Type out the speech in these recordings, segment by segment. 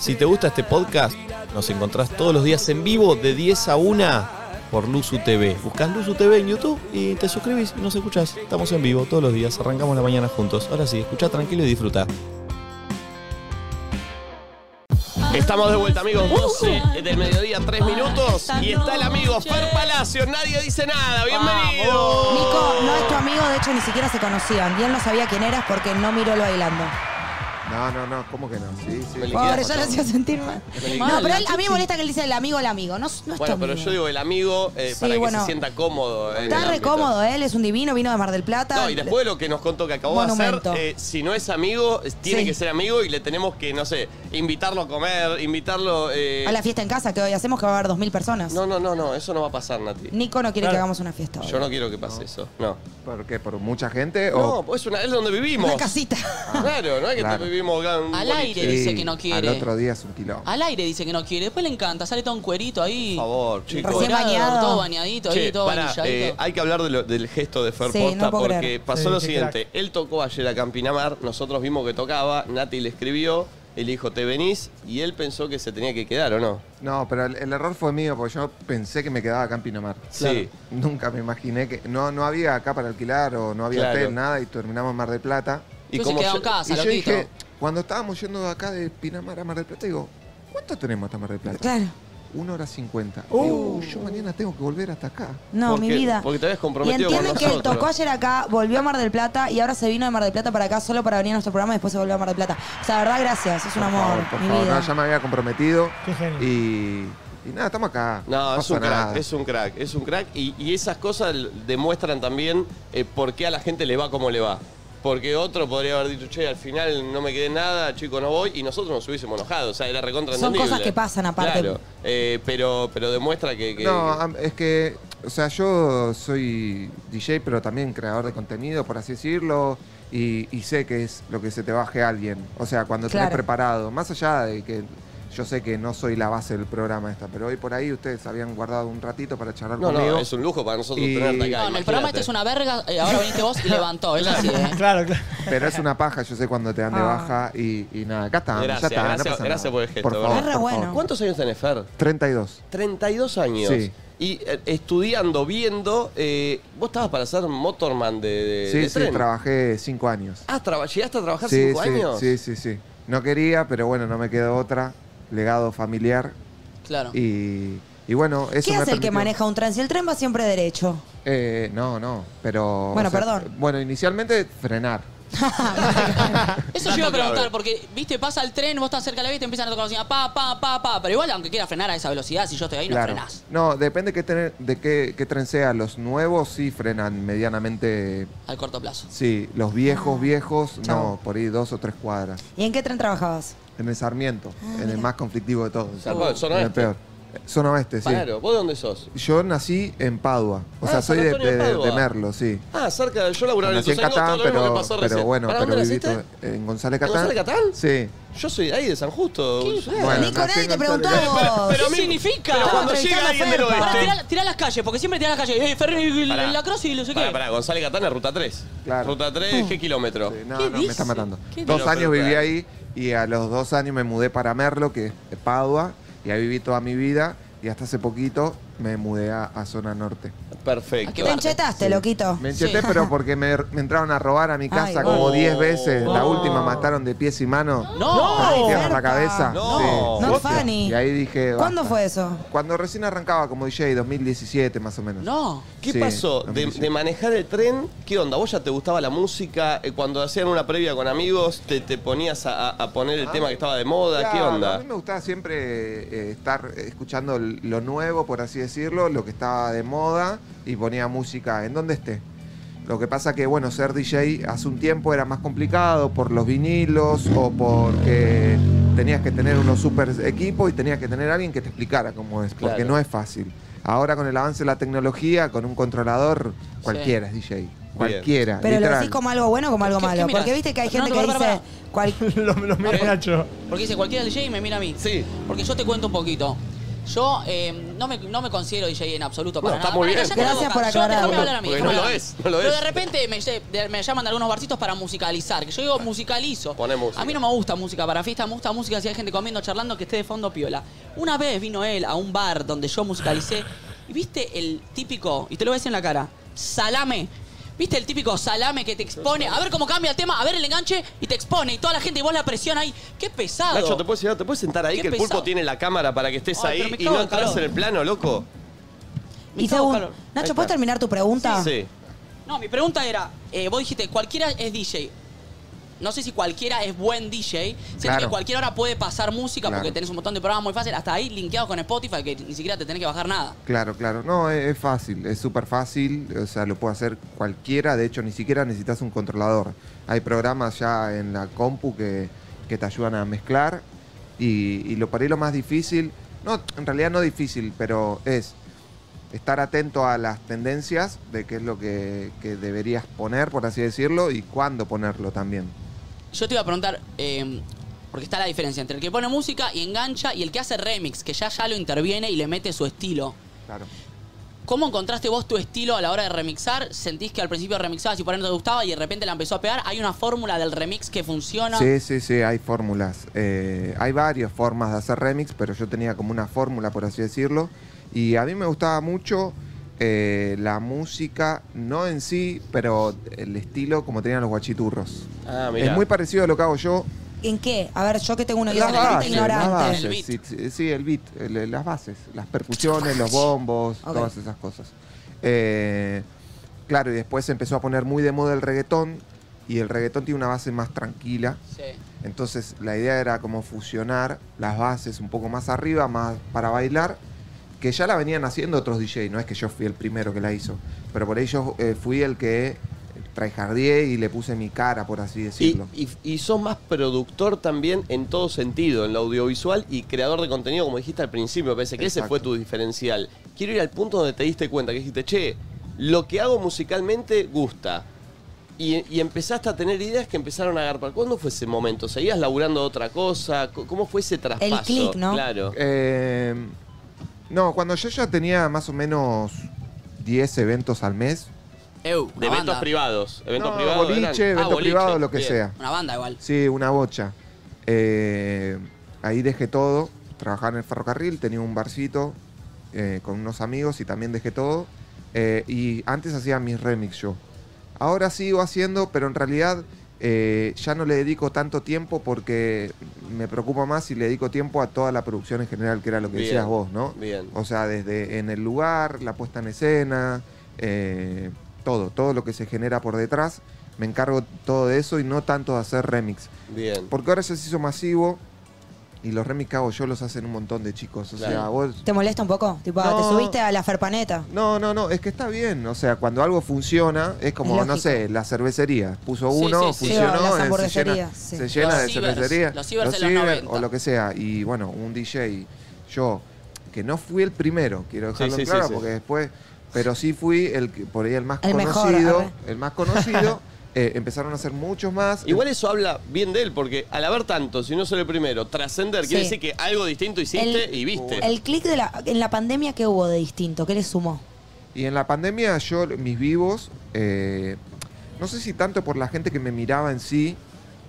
Si te gusta este podcast, nos encontrás todos los días en vivo de 10 a 1 por Luzu TV. Buscás Luzu TV en YouTube y te suscribís y nos escuchás. Estamos en vivo todos los días, arrancamos la mañana juntos. Ahora sí, escucha tranquilo y disfruta. Estamos de vuelta, amigos. 12 del mediodía, 3 minutos. Y está el amigo Fer Palacios. Nadie dice nada. Bienvenido. Nico no es tu amigo, de hecho ni siquiera se conocían. Y él no sabía quién eras porque no miró lo bailando. No, no, no, ¿cómo que no? Sí, sí. Felicidades. Pobre, ya lo hacía sentir mal. Delicado. No, pero él- a mí me molesta que él dice el amigo el amigo. No, no es tu Bueno, pero amigo. yo digo el amigo eh, Sí, para que se bueno. sienta cómodo. en el Está re ámbito. cómodo, él es un divino, vino de Mar del Plata. No, y después lo que nos contó que acabó de Monumento. hacer, eh, si no es amigo, eh, tiene Sí. que ser amigo y le tenemos que, no sé, invitarlo a comer, invitarlo... eh, A la fiesta en casa que hoy hacemos que va a haber 2.000 personas. No, no, no, no, eso no va a pasar, Nati. Nico no quiere Claro. que hagamos una fiesta hoy. Yo no quiero que pase eso, no. ¿Por qué? ¿Por mucha gente? No, O... pues es, una, es donde vivimos. Una casita. Claro, no es que Claro. vivimos acá en un Al boliche. aire. dice que no quiere. Al otro día es un kilo. Al aire dice que no quiere, después le encanta, sale todo un cuerito ahí. Por favor, chicos. Recién Dorado, bañado. Todo bañadito ahí, Che, todo pará, bañilladito. eh, hay que hablar de lo- del gesto de Fer Sí, Posta no puedo porque creer. pasó Sí, lo qué siguiente. Él tocó ayer a Campinamar, nosotros vimos que tocaba, Nati le escribió, él dijo, ¿te venís? Y él pensó que se tenía que quedar, ¿o no? No, pero el, el error fue mío porque yo pensé que me quedaba acá en Pinamar. Sí. Nunca me imaginé que. No, no había acá para alquilar o no había Claro. hotel, nada, y terminamos en Mar del Plata. Y Entonces como quedaba yo- en casa, y yo loquito. dije, cuando estábamos yendo de acá de Pinamar a Mar del Plata, digo, ¿cuánto tenemos hasta Mar del Ah. Plata? Claro. Una hora cincuenta. Uh. Digo, "Uy, yo mañana tengo que volver hasta acá. No, Porque- mi vida. porque te habías comprometido Y entienden con que él nosotros. tocó ayer acá, volvió a Mar del Plata y ahora se vino de Mar del Plata para acá solo para venir a nuestro programa y después se volvió a Mar del Plata. O sea, la verdad, gracias. Es un Por amor, favor, por mi favor. vida. No, ya me había comprometido. Qué genio. Y, y nada, estamos acá. No, es pasa un nada. crack, es un crack, es un crack. Y, y esas cosas l- demuestran también eh, por qué a la gente le va como le va. Porque otro podría haber dicho, che, al final no me quedé nada, chico, no voy. Y nosotros nos hubiésemos enojado, o sea, era recontra Son entendible. cosas que pasan, aparte. Claro, eh, pero, pero demuestra que... que- No, am- es que, o sea, yo soy DJ, pero también creador de contenido, por así decirlo, y, y sé que es lo que se te baje a alguien. O sea, cuando Claro. tenés preparado, más allá de que yo sé que no soy la base del programa esta, pero hoy por ahí ustedes habían guardado un ratito para charlar no, no, conmigo. es un lujo para nosotros Y- tenerte acá. No, no, en el programa este es una verga, eh, ahora viniste vos y levantó, es así, ¿eh? Claro, claro. Pero es una paja, yo sé cuando te dan de Ah. baja y, y nada, acá estamos, Gracias, ya está, gracias- no pasa nada. gracias por el gesto, Por favor, Es re por bueno. favor. ¿Cuántos años tenés, Fer? 32. 32 años. Sí. Y eh, estudiando, viendo, eh, vos estabas para ser motorman de, de- Sí, Eh, de sí, tren. trabajé 5 años. Ah, traba- ¿llegaste a trabajar sí, 5 sí, años? Sí, sí, sí. No quería, pero bueno, no me quedó otra. Legado familiar. Claro. Y, y bueno, eso ¿Qué me hace el que permitió- maneja un tren? Si el tren va siempre derecho. Eh, no, no, pero... Bueno, o sea, perdón. Bueno, inicialmente frenar. Eso yo iba a preguntar, porque, viste, pasa el tren, vos estás cerca de la vía y te empiezan a tocar la bocina, pa, pa, pa, pa. Pero igual, aunque quiera frenar a esa velocidad, si yo estoy ahí, no claro. frenás. No, depende qué tren- de qué, qué tren sea. Los nuevos sí frenan medianamente... Al corto plazo. Sí, los viejos, viejos, Ah. Chau. no, por ahí dos o tres cuadras. ¿Y en qué tren trabajabas? En el Sarmiento, Ah, en el más conflictivo de todos. sea, ¿cuál? ¿Zona En el oeste? peor. Eh, Zona oeste, sí. Claro, ¿vos de dónde sos? Yo nací en Padua. O Ah, sea, San soy de, Antonio de de- de Padua. Merlo, sí. Ah, cerca de yo laburaba en el Nací en Tusango, Catán, todo lo mismo que pero, pasó pero recién. bueno, ¿Para pero dónde viví naciste? todo- en González ¿En Catán. González Catán? Sí. Yo soy de ahí, de San Justo. Bueno, Nico, nací nadie en te preguntó González. a vos. Pero a ¿Qué mí- significa? Pero cuando Estamos llega alguien entrevistando del a Fer, Pará, oeste. tirá, tirá las calles, porque siempre tirá las calles. Eh, Ferri, Este- Pará. la cross y no sé qué. Pará, Mm. pará, González Catán es ruta 3. Claro. Ruta 3, ¿qué kilómetro? Sí, no, ¿Qué no, me dice? está matando. ¿Qué Dos dice? años Pero, viví pero, ahí y a los dos años me mudé para Merlo, que es Padua, y ahí viví toda mi vida y hasta hace poquito me mudé a, a zona norte. Perfecto. Te Qué barrio. enchetaste, loquito. Me encheté, pero porque me, me entraron a robar a mi casa Ay, como no. 10 veces. La No. última mataron de pies y manos. ¡No! Me Ferpa. la cabeza. No. Sí. No, Hostia. Fanny. Y ahí dije. ¿Cuándo basta. fue eso? Cuando recién arrancaba como DJ, 2017 más o menos. No. ¿Qué Sí, pasó de, 2017. de manejar el tren? ¿Qué onda? ¿Vos ya te gustaba la música? Eh, Cuando hacían una previa con amigos, te, te ponías a, a- a poner el tema que estaba de moda. ¿Qué Ah. Claro, A onda? mí me gustaba siempre eh, estar escuchando l- lo nuevo, por así decirlo, lo que estaba de moda y ponía música en donde esté. Lo que pasa que, bueno, ser DJ hace un tiempo era más complicado por los vinilos o porque tenías que tener unos super equipos y tenías que tener alguien que te explicara cómo es, porque Claro. no es fácil. Ahora con el avance de la tecnología, con un controlador, cualquiera es DJ. Cualquiera. Pero lo literal. decís como algo bueno o como algo ¿Qué- qué malo. mirás? Porque viste que hay gente Fernando, que pará, dice. pará, cual- Lo, lo mira Nacho. Porque dice cualquiera DJ y me mira a mí. Sí. Porque yo te cuento un poquito. Yo eh, no, me, no me considero DJ en absoluto para No, está nada. muy Pará, bien. cállate la Gracias boca. por Yo, déjame aclararlo. hablar a mí, Porque déjame no lo hablar. es, no lo Pero es. de repente me, lle- de- me llaman de algunos barcitos para musicalizar. Que yo digo, musicalizo. Poné Ah. música. A mí no me gusta música para fiesta, me gusta música si hay gente comiendo, charlando, que esté de fondo piola. Una vez vino él a un bar donde yo musicalicé y viste el típico, y te lo voy a decir en la cara, salame. ¿Viste el típico salame que te expone? A ver cómo cambia el tema, a ver el enganche y te expone. Y toda la gente igual la presión ahí. ¡Qué pesado! Nacho, ¿te puedes, llegar- ¿te puedes sentar ahí Qué que el pesado. pulpo tiene la cámara para que estés Ay, ahí pero me y cago no en entras calor. en el plano, loco? Me Y cago en según, calor. Ahí Nacho, está. ¿puedes terminar tu Ah. pregunta? Sí. No, mi pregunta era, eh, vos dijiste, cualquiera es DJ. No sé si cualquiera es buen DJ. Siento Claro. que cualquiera ahora puede pasar música Claro. porque tenés un montón de programas muy fácil. Hasta ahí linkeados con Spotify que ni siquiera te tenés que bajar nada. Claro, claro. No, es, es fácil, es súper fácil, o sea, lo puede hacer cualquiera, de hecho ni siquiera necesitas un controlador. Hay programas ya en la compu que, que te ayudan a mezclar y, y lo para ahí lo más difícil, no, en realidad no difícil, pero es estar atento a las tendencias de qué es lo que, que deberías poner, por así decirlo, y cuándo ponerlo también. Yo te iba a preguntar, eh, porque está la diferencia entre el que pone música y engancha y el que hace remix, que ya ya lo interviene y le mete su estilo. Claro. ¿Cómo encontraste vos tu estilo a la hora de remixar? ¿Sentís que al principio remixabas y por ahí no te gustaba y de repente la empezó a pegar? ¿Hay una fórmula del remix que funciona? Sí, sí, sí, hay fórmulas. Eh, hay varias formas de hacer remix, pero yo tenía como una fórmula, por así decirlo. Y a mí me gustaba mucho eh, la música, no en sí, pero el estilo como tenían los guachiturros. Ah, mirá. Es muy parecido a lo que hago yo. ¿En qué? A ver, yo que tengo una vida Las bastante bases, las ignorante. bases, El beat. sí, sí, sí, el beat, el- las bases, las percusiones, los bombos, Ok. todas esas cosas. Eh, claro, y después se empezó a poner muy de moda el reggaetón, y el reggaetón tiene una base más tranquila. Sí. Entonces la idea era como fusionar las bases un poco más arriba, más para bailar, que ya la venían haciendo otros DJ, no es que yo fui el primero que la hizo, pero por ello fui el que traijardié y le puse mi cara, por así Y, decirlo. y, y sos más productor también en todo sentido, en lo audiovisual y creador de contenido, como dijiste al principio, parece que ese Exacto. fue tu diferencial. Quiero ir al punto donde te diste cuenta, que dijiste, che, lo que hago musicalmente gusta. Y, y empezaste a tener ideas que empezaron a agarrar. ¿Cuándo fue ese momento? ¿Seguías laburando otra cosa? Co- ¿Cómo fue ese traspaso? click, ¿no? Claro. Eh, no, cuando yo ya tenía más o menos 10 eventos al mes, Eu, De una eventos banda. privados. Eventos No, privados. boliche, eran- Ah, evento boliche. privado, lo que Bien. sea. Una banda igual. Sí, una bocha. Eh, ahí dejé todo. Trabajaba en el ferrocarril, tenía un barcito eh, con unos amigos y también dejé todo. Eh, y antes hacía mis remix yo. Ahora sigo haciendo, pero en realidad eh, ya no le dedico tanto tiempo porque me preocupa más si le dedico tiempo a toda la producción en general, que era lo que Bien, decías vos, ¿no? bien. O sea, desde en el lugar, la puesta en escena, eh, todo, todo lo que se genera por detrás. Me encargo todo de eso y no tanto de hacer remix. Bien. Porque ahora ya se hizo masivo y los remix que hago yo los hacen un montón de chicos. O sea, Claro. vos. ¿Te molesta un poco? Tipo, No. te subiste a la ferpaneta. No, no, no, es que está bien. O sea, cuando algo funciona, es como, Es no lógico. sé, la cervecería. Puso Sí, uno, sí, sí. funcionó, Sí, o las eh, se llena, hamburgueserías, sí. se llena Los de cibers, cervecería. los cibers de los 90. o lo que sea. Y bueno, un DJ, yo, que no fui el primero, quiero dejarlo sí, sí, claro, sí. porque después. Pero sí fui el que- por ahí el más El mejor, conocido. arre. el más conocido. Eh, empezaron a hacer muchos más. Igual eso habla bien de él, porque al haber tanto, si no soy el primero, trascender, quiere Sí. decir que algo distinto hiciste El- y viste. El clic de la, en la pandemia, ¿qué hubo de distinto? ¿Qué le sumó? Y en la pandemia yo, mis vivos, eh, no sé si tanto por la gente que me miraba en sí,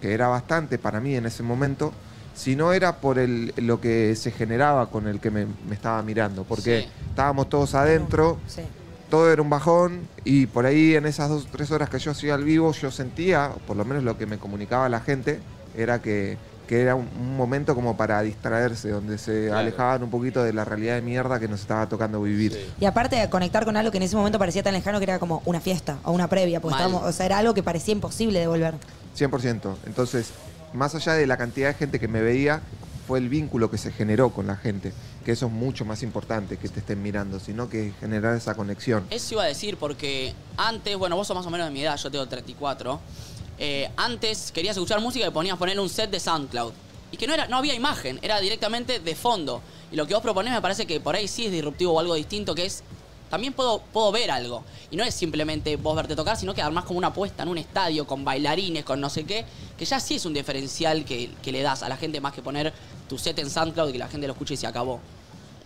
que era bastante para mí en ese momento, sino era por el, lo que se generaba con el que me, me estaba mirando, porque Sí. estábamos todos adentro, Sí. todo era un bajón y por ahí en esas dos o tres horas que yo hacía al vivo yo sentía, o por lo menos lo que me comunicaba la gente, era que, que era un, un momento como para distraerse, donde se Claro. alejaban un poquito de la realidad de mierda que nos estaba tocando vivir. Sí. Y aparte de conectar con algo que en ese momento parecía tan lejano que era como una fiesta o una previa, porque Mal. estábamos- o sea, era algo que parecía imposible de volver. 100%. Entonces, más allá de la cantidad de gente que me veía, fue el vínculo que se generó con la gente, que eso es mucho más importante que te estén mirando, sino que generar esa conexión. Eso iba a decir porque antes, bueno, vos sos más o menos de mi edad, yo tengo 34. Eh, antes querías escuchar música y ponías poner un set de SoundCloud. Y que no, era, no había imagen, era directamente de fondo. Y lo que vos proponés me parece que por ahí sí es disruptivo o algo distinto, que es, también puedo, puedo ver algo. Y no es simplemente vos verte tocar, sino que armás como una apuesta en un estadio, con bailarines, con no sé qué, que ya sí es un diferencial que, que le das a la gente más que poner tu set en SoundCloud y que la gente lo escuche y se acabó.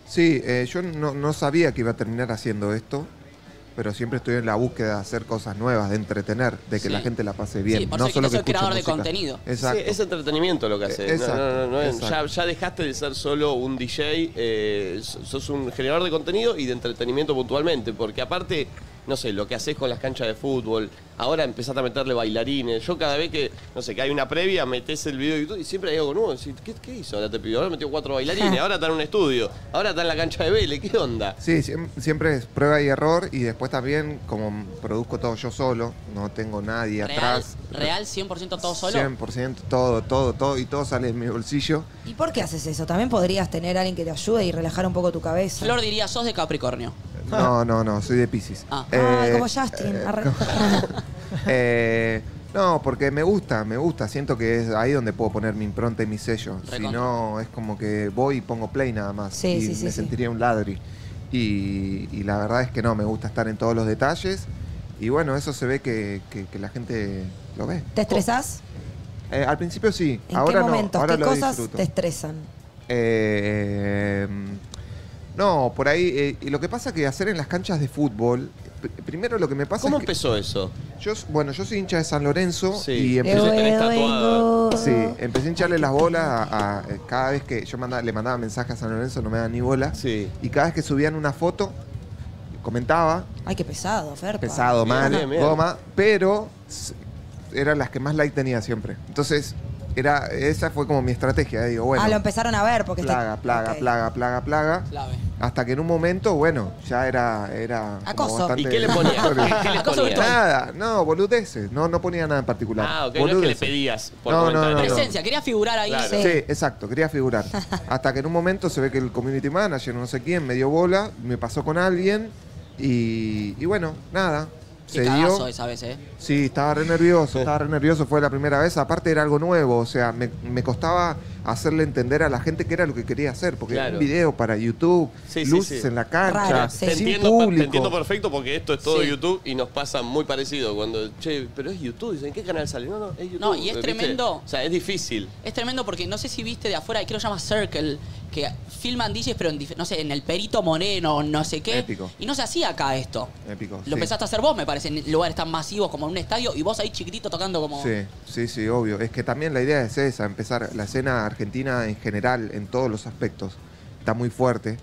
Sí, eh, yo no, no sabía que iba a terminar haciendo esto, pero siempre estoy en la búsqueda de hacer cosas nuevas, de entretener, de que Sí. la gente la pase bien. Sí, por no eso solo quiero que ser creador de escuche música. contenido. Exacto. Sí, es entretenimiento lo que haces. Eh, exacto, no, no, no, no es- ya, exacto. ya dejaste de ser solo un DJ, eh, so- sos un generador de contenido y de entretenimiento puntualmente, porque aparte, no sé, lo que haces con las canchas de fútbol, ahora empezás a meterle bailarines. Yo cada vez que, no sé, que hay una previa, metes el video de YouTube y siempre hay algo nuevo. Decís, ¿qué, qué hizo? Ahora te pidió, ahora metió cuatro bailarines, ahora está en un estudio, ahora está en la cancha de Vélez, ¿qué onda? Sí, siem- siempre es prueba y error y después también, como produzco todo yo solo, no tengo nadie Real, atrás. real 100% todo solo. 100%, todo, todo, todo, y todo sale de mi bolsillo. ¿Y por qué haces eso? También podrías tener a alguien que te ayude y relajar un poco tu cabeza. Flor diría, sos de Capricornio. No, no, no, soy de Pisces. Ah. Ay, Eh, como Justin. arre- eh, no, porque me gusta, me gusta. Siento que es ahí donde puedo poner mi impronta y mi sello. Si Recontra. no, es como que voy y pongo play nada más. Sí, y sí, me sí, sí. sentiría un ladri. Y, y la verdad es que no, me gusta estar en todos los detalles. Y bueno, eso se ve que, que- que la gente lo ve. ¿Te estresás? Eh, al principio sí, ¿En ahora qué no, momentos? ahora ¿Qué lo cosas disfruto. te estresan? Eh, no, por ahí. eh, y lo que pasa que hacer en las canchas de fútbol. pr- Primero lo que me pasa ¿Cómo es que empezó eso? yo, bueno, yo soy hincha de San Lorenzo Sí. y Empezó a Yo empecé, tener vengo. tatuado. sí, eh, empecé a hincharle las bolas a, a- cada vez que yo manda- le mandaba mensajes a San Lorenzo no me daban ni bola Sí. y cada vez que subían una foto comentaba Ay, qué pesado, Ferpa. Ah, pesado Bien, mal bien, bien. goma pero s- eran las que más like tenía siempre entonces era esa fue como mi estrategia eh, digo bueno ah, lo empezaron a ver porque plaga, está... plaga, Ok. plaga, plaga, plaga, Clave. Hasta que en un momento, bueno, ya era. era como Acoso. ¿Y bastante- qué le ponías? ¿Qué, qué le Acoso ponías? Nada, no, boludeces. No, no ponía nada en particular. Ah, ok, no es que le boludeces. pedías por No, no, comentario. no, no. Presencia, quería figurar ahí. Claro. Sí. Sí, exacto, quería figurar. Hasta que en un momento se ve que el community manager, no sé quién, me dio bola, me pasó con alguien y, y bueno, nada. Qué Se cagazo dio. esa vez, eh. Sí, estaba re nervioso, estaba re nervioso, fue la primera vez. Aparte era algo nuevo, o sea, me, me costaba hacerle entender a la gente qué era lo que quería hacer, porque Claro. un video para YouTube, Sí, sí, luces sí. en la cancha, Raro, sí. Te sin entiendo, per- te público. entiendo perfecto porque esto es todo Sí. YouTube y nos pasa muy parecido cuando, che, pero es YouTube, dicen, ¿qué canal sale? No, no, es YouTube. No, y es ¿viste? tremendo. O sea, es difícil. Es tremendo porque no sé si viste de afuera, creo que se llama Circle, que filman DJs, pero en, dif- no sé, en el Perito Moreno o no sé qué. Épico. Y no se hacía acá esto. Épico, Lo sí. empezaste a hacer vos, me parece, en lugares tan masivos como en un estadio y vos ahí chiquitito tocando como. Sí, sí, sí, obvio. Es que también la idea es esa, empezar la escena argentina en general, en todos los aspectos. Está muy fuerte.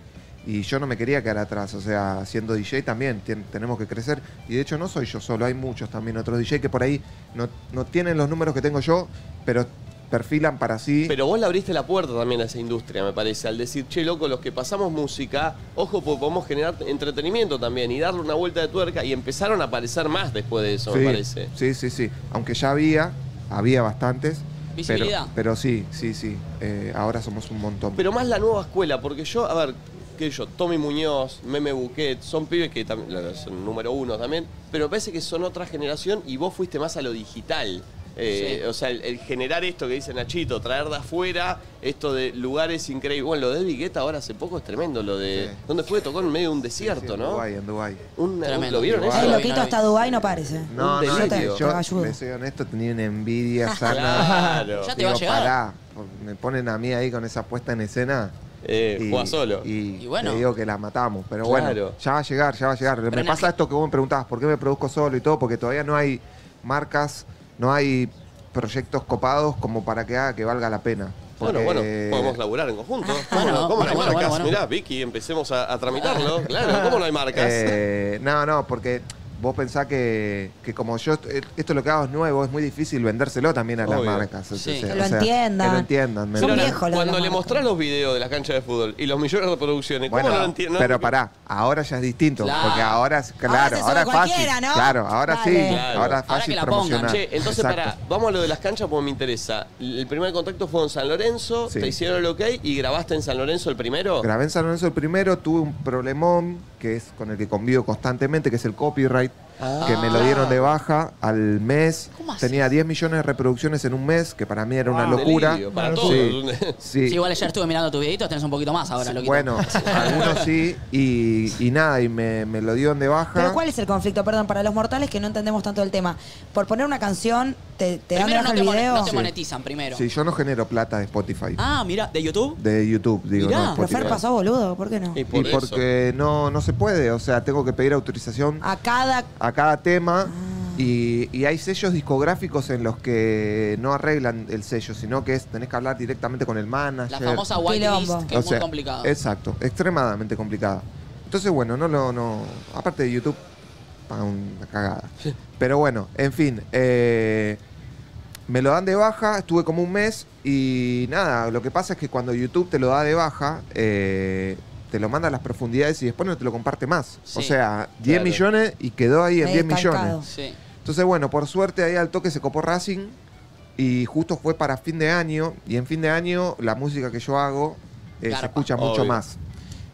Y yo no me quería quedar atrás, o sea, siendo DJ también tien- tenemos que crecer. Y de hecho no soy yo solo, hay muchos también otros DJ que por ahí no, no tienen los números que tengo yo, pero perfilan para sí. Pero vos le abriste la puerta también a esa industria, me parece, al decir, che, loco, los que pasamos música, ojo, porque podemos generar entretenimiento también y darle una vuelta de tuerca y empezaron a aparecer más después de eso, sí, me parece. sí, sí, sí. Aunque ya había, había bastantes. Pero, Visibilidad. pero sí, sí, sí. Eh, ahora somos un montón. Pero más la nueva escuela, porque yo, a ver, qué sé yo, Tommy Muñoz, Meme Buquet, son pibes que también la- son número uno también, pero me parece que son otra generación y vos fuiste más a lo digital. Eh, Sí. O sea, el, el generar esto que dice Nachito, traer de afuera, esto de lugares increíbles. Bueno, lo de Vigueta ahora hace poco es tremendo, lo de. Sí. ¿Dónde fue? Tocó en medio de un Sí, sí, desierto, en ¿no? Dubái, en Dubái. Un- Tremendo. ¿Lo vieron Dubái. El Lo eso? vi, loquito lo hasta vi. Dubái no parece. No, Un no, yo, delirio. yo Te ayudo. le soy honesto, tenía una envidia sana. Claro. Ya te Digo, va a llegar. pará, me ponen a mí ahí con esa puesta en escena. Eh, jugá solo. Y, Y bueno. te digo que la matamos, pero Claro. bueno, ya va a llegar, ya va a llegar. Pero me en pasa Arge- esto que vos me preguntabas, ¿por qué me produzco solo y todo? Porque todavía no hay marcas, no hay proyectos copados como para que haga que valga la pena. Bueno, Porque- bueno, podemos laburar en conjunto. ¿Cómo, Bueno, no? ¿Cómo no hay bueno, bueno, marcas? bueno. Mirá, Vicky, empecemos a, a tramitarlo. Claro, ¿cómo no hay marcas? Eh, no, no, porque vos pensás que, que como yo, est- eh, esto lo que hago es nuevo, es muy difícil vendérselo también a las Obvio. marcas. Sí. O sea, Que lo o sea, entiendan. Que lo entiendan. ¿me Son Pero entendés? ahora, viejos los cuando de le las mostrás los videos de las canchas de fútbol y los millones de reproducciones, ¿cómo no lo entiendes? Pero pará, ahora ya es distinto. Claro. Porque ahora, es- claro, se sube ahora, es fácil. cualquiera, ¿no? Claro, ahora Dale. sí. Claro. Ahora es Ahora que fácil la pongan, promocionar. Che, entonces Exacto. pará, vamos a lo de las canchas porque me interesa. El primer contacto fue en San Lorenzo, Sí. te hicieron el ok y grabaste en San Lorenzo el primero. Grabé en San Lorenzo el primero, tuve un problemón que es con el que convivo constantemente, que es el copyright, Ah. que me lo dieron de baja al mes. ¿Cómo haces? Tenía 10 millones de reproducciones en un mes, que para mí era una Wow. locura. Delirio, para Sí, todos. sí. Sí, igual ayer estuve mirando tus videitos, tenés un poquito más ahora, loquito. Bueno, algunos sí, y, y nada, y me, me lo dieron de baja. Pero ¿cuál es el conflicto? Perdón, para los mortales que no entendemos tanto el tema. Por poner una canción te, te dan Primero debajo no te, el mon- video. no te monetizan, primero. Sí, yo no genero plata de Spotify. Ah, mira, ¿de YouTube? De YouTube, digo. Mirá, no de Pero Spotify. Fer pasó boludo, ¿por qué no? Y Y por eso. porque no, no se puede, o sea, tengo que pedir autorización A cada. a cada tema y, y hay sellos discográficos en los que no arreglan el sello, sino que es, tenés que hablar directamente con el manager. La famosa whitelist, Quilombo. que O es muy sea, complicado. Exacto, extremadamente complicada. Entonces, bueno, no lo. No, aparte de YouTube, paga una cagada. Pero bueno, en fin. eh, me lo dan de baja, estuve como un mes y nada, lo que pasa es que cuando YouTube te lo da de baja, eh, te lo manda a las profundidades y después no te lo comparte más. Sí. o sea, 10 Claro. millones y quedó ahí en Medio 10 estancado. millones. Sí. Entonces, bueno, por suerte ahí al toque se copó Racing y justo fue para fin de año. Y en fin de año la música que yo hago eh, se Garpa. escucha mucho Obvio. más.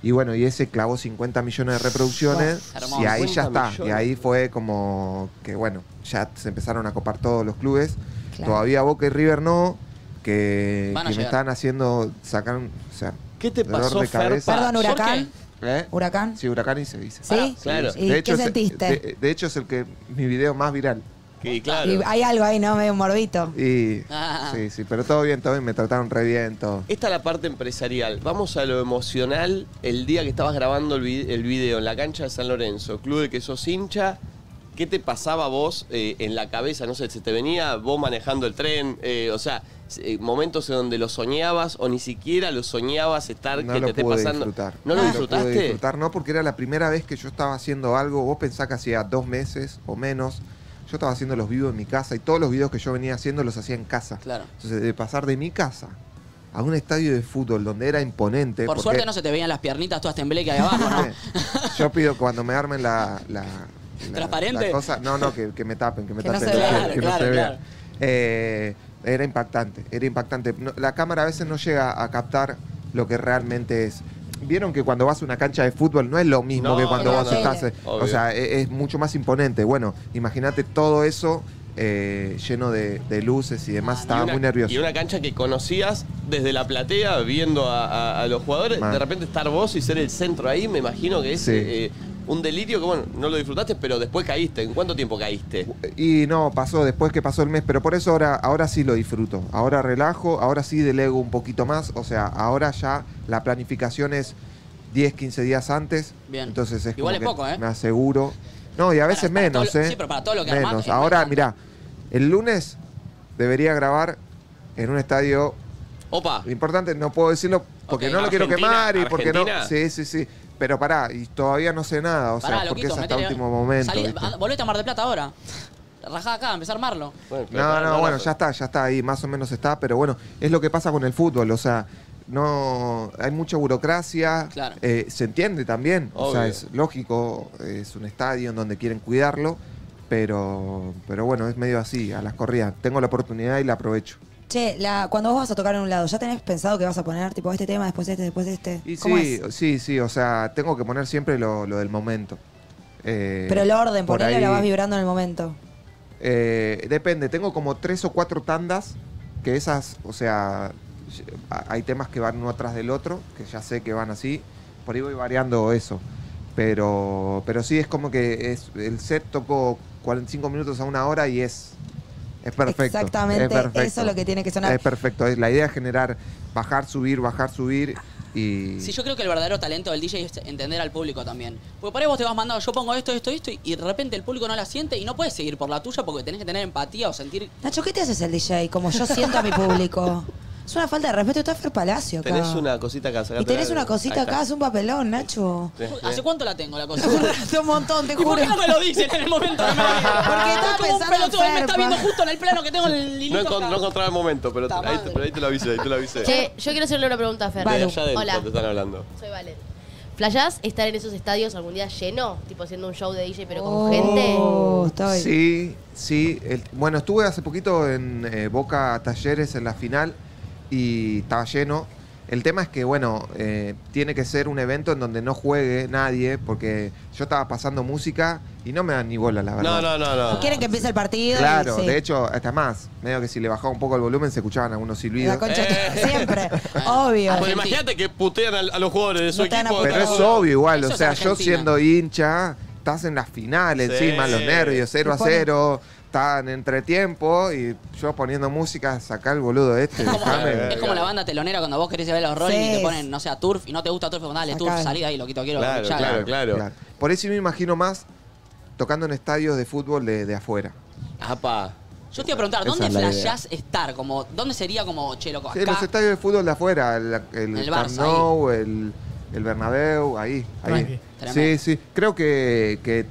Y bueno, y ese clavó 50 millones de reproducciones Buah, hermoso. y ahí ya 50 está. Y millones. ahí fue como que bueno, ya se empezaron a copar todos los clubes. Claro. Todavía Boca y River no, que, Van a que me llegar. están haciendo, sacaron, o sea, ¿Qué te Dolor pasó, de Fer? cabeza. pa- Perdón, ¿Por Huracán. ¿eh? ¿Huracán? Sí, Huracán y se dice. ¿Sí? Claro. ¿Y qué es el- sentiste? de- de hecho es el que mi video más viral. Que, claro. Y hay algo ahí, ¿no? Medio morbito. Y, Ah. Sí, sí, pero todo bien, todo bien, me trataron re bien, todo. Esta es la parte empresarial. Vamos a lo emocional. El día que estabas grabando el, vi- el video en la cancha de San Lorenzo, club de que sos hincha, ¿qué te pasaba a vos eh, en la cabeza? No sé, ¿se te venía vos manejando el tren? Eh, o sea, eh, momentos en donde lo soñabas o ni siquiera lo soñabas estar No que lo te esté pude pasando. disfrutar. ¿No lo pude disfrutaste? disfrutar, no, porque era la primera vez que yo estaba haciendo algo. Vos pensás que hacía dos meses o menos. Yo estaba haciendo los vivos en mi casa y todos los videos que yo venía haciendo los hacía en casa. Claro. Entonces, de pasar de mi casa a un estadio de fútbol donde era imponente. Por porque- suerte no se te veían las piernitas todas tembleque ahí abajo, ¿no? Yo pido que cuando me armen la. la- la- ¿Transparente? la cosa, no, no, que, que me tapen, que me Que no tapen. se vea. Claro, claro, claro. Eh, era impactante, era impactante. No, la cámara a veces no llega a captar lo que realmente es. Vieron que cuando vas a una cancha de fútbol no es lo mismo No, que cuando no, vos no. estás. eh, Obvio. O sea, e- es, mucho más imponente. Bueno, imagínate todo eso eh, lleno de, de luces y demás. Y Ah, Estaba una- muy nervioso. Y una cancha que conocías desde la platea, viendo a, a- a los jugadores, Man. de repente estar vos y ser el centro ahí, me imagino que es Sí. eh, un delirio que, bueno, no lo disfrutaste, pero después caíste. ¿En cuánto tiempo caíste? Y no, pasó después que pasó el mes, pero por eso ahora, ahora sí lo disfruto. Ahora relajo, ahora sí delego un poquito más. O sea, ahora ya la planificación es 10, 15 días antes. Bien. Entonces es Igual como es que poco, ¿eh? Me aseguro. No, y a veces para todo menos, lo- ¿eh? sí, pero para todo lo que armás Menos. es Ahora, bastante. mirá, el lunes debería grabar en un estadio Opa, importante, no puedo decirlo porque Ok, no lo quiero Argentina, quemar y porque no. Argentina. Sí, sí, sí. Pero pará, y todavía no sé nada, o sea, Pará, porque loquito, es hasta metele- último momento. Salí- ¿viste? ah, volvete a Mar de Plata ahora. Rajá acá, empezá a armarlo. Bueno, pero No, para- no, bueno, no. ya está, ya está ahí, más o menos está, pero bueno, es lo que pasa con el fútbol, o sea, no hay mucha burocracia, Claro. eh, se entiende también, o sea, Obvio. es lógico, es un estadio en donde quieren cuidarlo, pero, pero bueno, es medio así, a las corridas, tengo la oportunidad y la aprovecho. Che, la, cuando vos vas a tocar en un lado, ¿ya tenés pensado que vas a poner tipo este tema, después este, después este? Y ¿Cómo sí, es? sí, sí, o sea, tengo que poner siempre lo, lo del momento. Eh, Pero el orden, por porque ahí la ahí- vas vibrando en el momento. Eh, depende, tengo como tres o cuatro tandas que esas, o sea, a- hay temas que van uno atrás del otro, que ya sé que van así, por ahí voy variando eso. Pero, pero sí es como que es, el set toco 45 minutos a una hora y es, es perfecto. Exactamente, es perfecto. eso es lo que tiene que sonar. Es perfecto, es, la idea es generar, bajar, subir, bajar, subir y... Sí, yo creo que el verdadero talento del DJ es entender al público también. Porque por ahí vos te vas mandando, yo pongo esto, esto, esto, y- y de repente el público no la siente y no puedes seguir por la tuya porque tenés que tener empatía o sentir. Nacho, ¿qué te haces el DJ? Como yo siento a mi público. Es una falta de respeto, está Fer Palacio acá. Tenés una cosita acá. Y tenés una cosita acá, es un papelón, Nacho. ¿Hace cuánto la tengo la cosa? Es un montón, te ¿Y por juro. qué no me lo dicen en el momento? No me lo dicen? Porque estaba Ah, como un pensando en pelotudo, él me está Ferpa. viendo justo en el plano que tengo el hilito No, encon- acá. no encontraba el momento, pero te- Puta ahí, te, madre. pero ahí te lo avisé, ahí te lo avisé. Che, yo quiero hacerle una pregunta a Fer. De allá adentro Hola, te están hablando. soy Valen. ¿Flayás estar en esos estadios algún día lleno? Tipo haciendo un show de DJ pero con Oh, gente. estoy. Sí, sí. el- bueno, estuve hace poquito en eh, Boca Talleres en la final y estaba lleno. El tema es que, bueno, eh, tiene que ser un evento en donde no juegue nadie, porque yo estaba pasando música y Ah, no me dan ni bola, la verdad. No, no, no, no. Quieren que empiece el partido. y Claro, sí. de hecho, hasta más. Medio que si le bajaba un poco el Ah. volumen se escuchaban algunos silbidos. La concha Eh. siempre, obvio. Bueno, imagínate que putean al- a, los jugadores de su No te van a equipo. Pero cada es uno. obvio igual, Eso o es sea, yo Argentina. siendo hincha, estás en las finales Sí. encima, los nervios, 0 a Te pone- 0, está en entretiempo y yo poniendo música, sacá el boludo este, Es como, dejame. es como la banda telonera cuando vos querés ir a ver los Rolling Sí. y te ponen, no sé, a Turf y no te gusta Turf, pues dale, Turf, Sacá. salí de ahí, loquito, quiero Claro, escuchar. claro, claro. Claro. Por eso me imagino más tocando en estadios de fútbol de, de afuera. Apa. Yo te iba a preguntar, Esa ¿dónde es la idea. flashás estar? Como, ¿Dónde sería como, che, loco, Sí, acá? en los estadios de fútbol de afuera, el, el El Camp Barça, Nou, el, el Bernabéu, ahí. ahí. Tranqui. Sí, sí. Creo que, que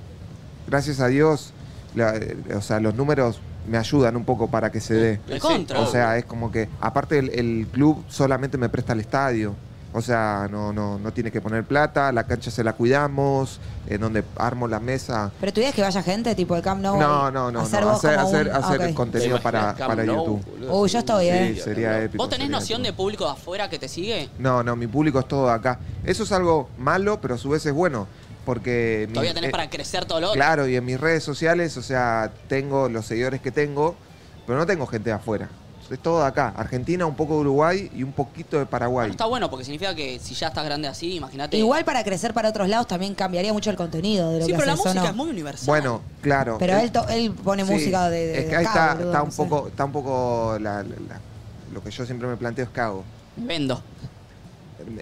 gracias a Dios, la- eh, o sea, los números me ayudan un poco para que se dé. El contra. O sea, es como que, aparte el, el club solamente me presta el estadio. O sea, no, no, no tiene que poner plata, la cancha se la cuidamos, en donde armo la mesa. ¿Pero tu idea es que vaya gente, tipo el Camp Nou? No, no, no, no. Hacer Hacer, vos hacer, como un- hacer, ok. contenido ¿Te para, imaginas Camp para Nou, YouTube. boludo? Uy, yo estoy, Sí, eh. sería épico. ¿Vos tenés sería noción de épico. público de afuera que te sigue? No, no, mi público es todo de acá. Eso es algo malo, pero a su vez es bueno. Porque. mi- Todavía tenés eh, para crecer todo lo otro. Claro, y en mis redes sociales, o sea, tengo los seguidores que tengo, pero no tengo gente de afuera. Es todo de acá. Argentina, un poco de Uruguay y un poquito de Bueno, Paraguay. está bueno porque significa que si ya estás grande así, imagínate. Igual para crecer para otros lados también cambiaría mucho el contenido de lo Sí, que pero la haces, ¿o música no? es muy universal. Bueno, claro. Pero Eh, él, to- él pone Sí, música de, de es que ahí acá, está, boludo, está, un no sé. poco, está un poco la- la- la- lo que yo siempre me planteo es cago. Vendo.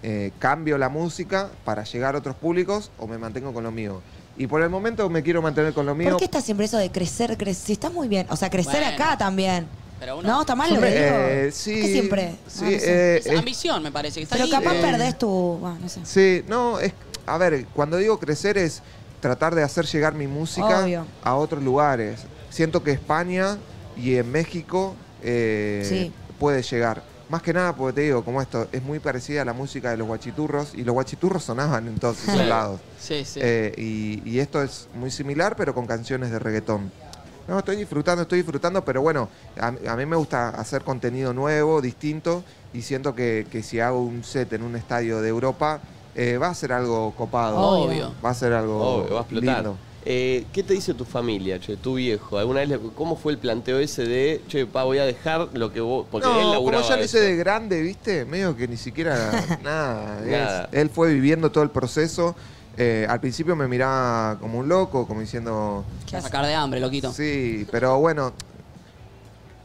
eh, cambio la música para llegar a otros públicos o me mantengo con lo mío. Y por el momento me quiero mantener con lo mío. ¿Por qué está siempre eso de crecer, crecer? Si está muy bien. O sea, crecer Bueno. acá también. Pero uno- No, está mal lo que digo. Eh, sí, ¿Qué siempre? Sí, Ah, no sé. eh, Es es- ambición, me parece. Que está pero ahí. capaz eh, perdés tu... ah, no sé. sí, no, es, a ver, cuando digo crecer es tratar de hacer llegar mi música Obvio. a otros lugares. Siento que España y en México eh, Sí. puede llegar. Más que nada, porque te digo, como esto, es muy parecida a la música de los guachiturros y los guachiturros sonaban en todos esos Claro. lados. Sí, sí. Eh, y, y esto es muy similar, pero con canciones de reggaetón. No, estoy disfrutando, estoy disfrutando, pero bueno, a, a mí me gusta hacer contenido nuevo, distinto, y siento que, que si hago un set en un estadio de Europa, eh, va a ser algo copado. Obvio. Va a ser algo Obvio, va a explotar. lindo. Eh, ¿Qué te dice tu familia, che, tu viejo? ¿Alguna vez le- cómo fue el planteo ese de, che, pa, voy a dejar lo que vos, porque él No, como laburaba ya lo hice eso? de grande, ¿viste? Medio que ni siquiera nada. es- Nada. él fue viviendo todo el proceso. Eh, al principio me miraba como un loco, como diciendo, Te vas a sacar de hambre, loquito. Sí, pero bueno,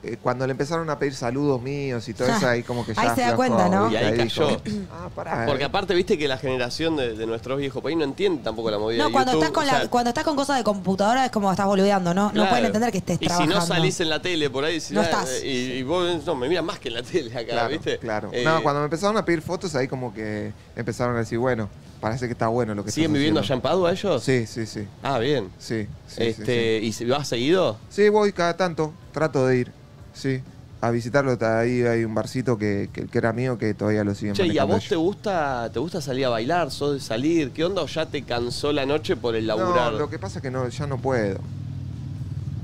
eh, cuando le empezaron a pedir saludos míos y todo eso, ahí como que ya. Ahí se da aflojó, cuenta, ¿no? ¿viste? Y ahí dijo, cayó. ah, pará. Porque eh". aparte, viste que la generación de, de nuestros viejos país no entiende tampoco la movida No, de cuando YouTube, estás, con o la, sea, cuando estás con cosas de computadora es como estás boludeando, ¿no? No claro. pueden entender que estés Y trabajando. si no salís en la tele por ahí, si No ya- estás. Y, y vos no, me miras más que en la tele acá, Claro, ¿viste? claro. Eh, no, cuando me empezaron a pedir fotos, ahí como que empezaron a decir, bueno, parece que está bueno lo que ¿Siguen estás viviendo allá haciendo. en Padua ellos? Sí, sí, sí. Ah, bien. Sí, sí, sí, este, ¿Y si- vas seguido? sí. Sí, voy cada tanto, trato de ir. Sí. A visitarlo, ta- ahí hay un barcito que, que, que era mío que todavía lo siguen Che, ¿y a manejando vos te ellos. gusta, te gusta salir a bailar? ¿Sos de salir? ¿Qué onda? ¿O ya te cansó la noche por el No, laburar? lo que pasa es que no, ya no puedo.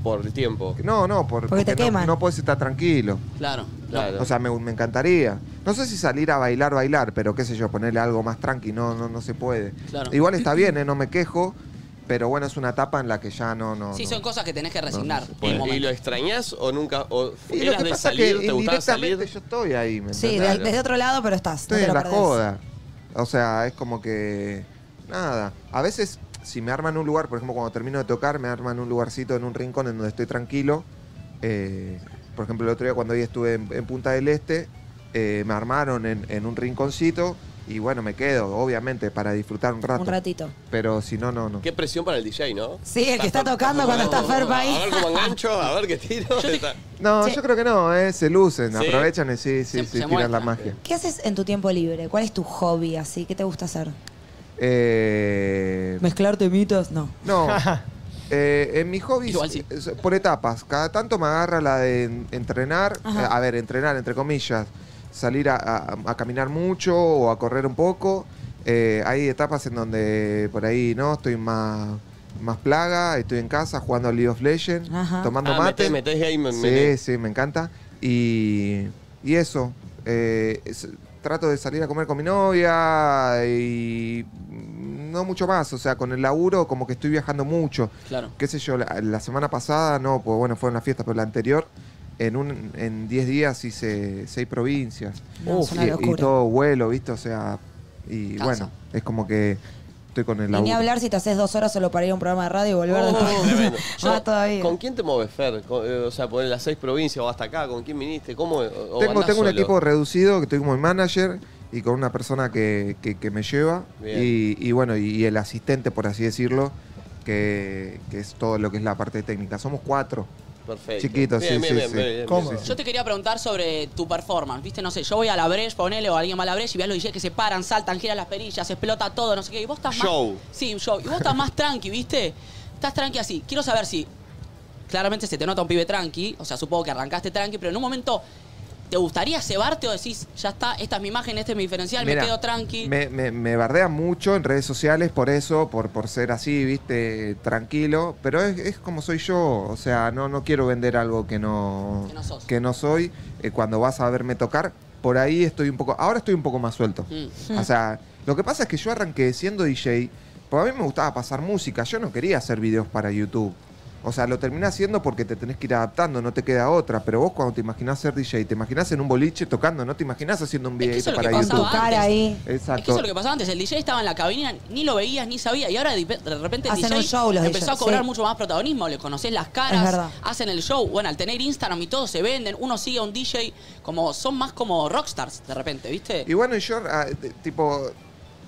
Por el tiempo. No, no, por- Porque te no- queman. no puedes estar tranquilo. Claro. Claro. O sea, me, me encantaría. No sé si salir a bailar, bailar, pero qué sé yo, ponerle algo más tranqui, no, no, no se puede. Claro. Igual está bien, ¿eh? no me quejo, pero bueno, es una etapa en la que ya no, no. Sí, no. son cosas que tenés que resignar. No, no ¿Y- se en el ¿Y momento. lo extrañás o nunca? O Y lo ¿Eras que de pasa es salir? que ¿Te gustaba indirectamente salir? yo estoy ahí, ¿me Sí, entendés? de- Claro. desde otro lado, pero estás. no Estoy te en lo la perdés. joda. O sea, es como que. Nada. A veces, si me arman un lugar, por ejemplo, cuando termino de tocar, me arman un lugarcito en un rincón en donde estoy tranquilo. Eh, por ejemplo, el otro día cuando hoy estuve en, en Punta del Este, eh, me armaron en, en un rinconcito y bueno, me quedo, obviamente, para disfrutar un rato. Un ratito. Pero si no, no, no. Qué presión para el DJ, ¿no? Sí, el que está tocando cuando está Ferpa ahí. A ver cómo engancho, a ver qué tiro. Está- No, Sí. yo creo que no, eh, se lucen, Sí. aprovechan y sí, sí, Se- sí, se tiran la muestran. magia. ¿Qué haces en tu tiempo libre? ¿Cuál es tu hobby así? ¿Qué te gusta hacer? Eh, ¿Mezclar temitas? No. No. Eh, en mis hobbies, Igual sí. es por etapas. Cada tanto me agarra la de en- entrenar. Ajá. Eh, a ver, entrenar, entre comillas. Salir a, a- a caminar mucho o a correr un poco. Eh, hay etapas en donde por ahí no estoy más, más plaga. Estoy en casa jugando a League of Legends, Ajá. tomando Ah, mate. metés- metés game, me- sí, metés. sí, me encanta. Y, y eso. eh, es- trato de salir a comer con mi novia y no mucho más. O sea, con el laburo como que estoy viajando mucho. Claro. Qué sé yo, la, la semana pasada, no, pues bueno, fue una fiesta, pero la anterior, en un en 10 días hice seis provincias. No, es una y, y locura. todo vuelo, ¿viste? O sea, y Cansa. bueno, es como que estoy con Y el ni laburo. hablar si te haces dos horas solo para ir a un programa de radio y volver Oh, después. tremendo. Más todavía. ¿Con quién te moves, Fer? Con- eh, o sea, por las seis provincias o hasta acá, ¿con quién viniste? ¿Cómo? o- o Tengo, andás tengo un solo? equipo reducido, que estoy como el manager y con una persona que, que- que me lleva. Bien. Y, y bueno, y, y el asistente, por así decirlo, que, que es todo lo que es la parte técnica. Somos cuatro. Perfecto. Chiquito, sí, Bien, bien, sí, bien, sí. bien, bien, Cómodo. bien. Yo te quería preguntar sobre tu performance, viste, no sé, yo voy a la Breche, ponele, o alguien va a la Breche y veas los DJs que se paran, saltan, giran las perillas, explota todo, no sé qué, y vos estás Show. más... Sí, un show. Y vos estás más tranqui, viste, estás tranqui así. Quiero saber si, claramente se te nota un pibe tranqui, o sea, supongo que arrancaste tranqui, pero en un momento, ¿te gustaría cebarte o decís, ya está, esta es mi imagen, este es mi diferencial, Mirá, me quedo tranqui? Me, me, me bardea mucho en redes sociales por eso, por, por ser así, viste, tranquilo. Pero es, es como soy yo. O sea, no, no quiero vender algo que no, Que no sos. que no soy. Eh, cuando vas a verme tocar, por ahí estoy un poco. Ahora estoy un poco más suelto. Mm. O sea, lo que pasa es que yo arranqué siendo DJ, pues a mí me gustaba pasar música, yo no quería hacer videos para YouTube. O sea, lo terminé haciendo porque te tenés que ir adaptando, no te queda otra. Pero vos cuando te imaginás ser DJ, te imaginás en un boliche tocando, no te imaginás haciendo un Es que videito eso es lo que para Con YouTube. tu pasaba cara antes. ahí. Es que eso Exacto. es lo que pasaba antes. El DJ estaba en la cabina, ni lo veías, ni sabía. Y ahora de de repente el Hacen DJ un show los empezó a DJs, cobrar sí. mucho más protagonismo. Le conocés las Es caras, verdad. hacen el show. Bueno, al tener Instagram y todo se venden. Uno sigue a un DJ, como son más como rockstars de repente, ¿viste? Y bueno, y yo, ah, t- tipo,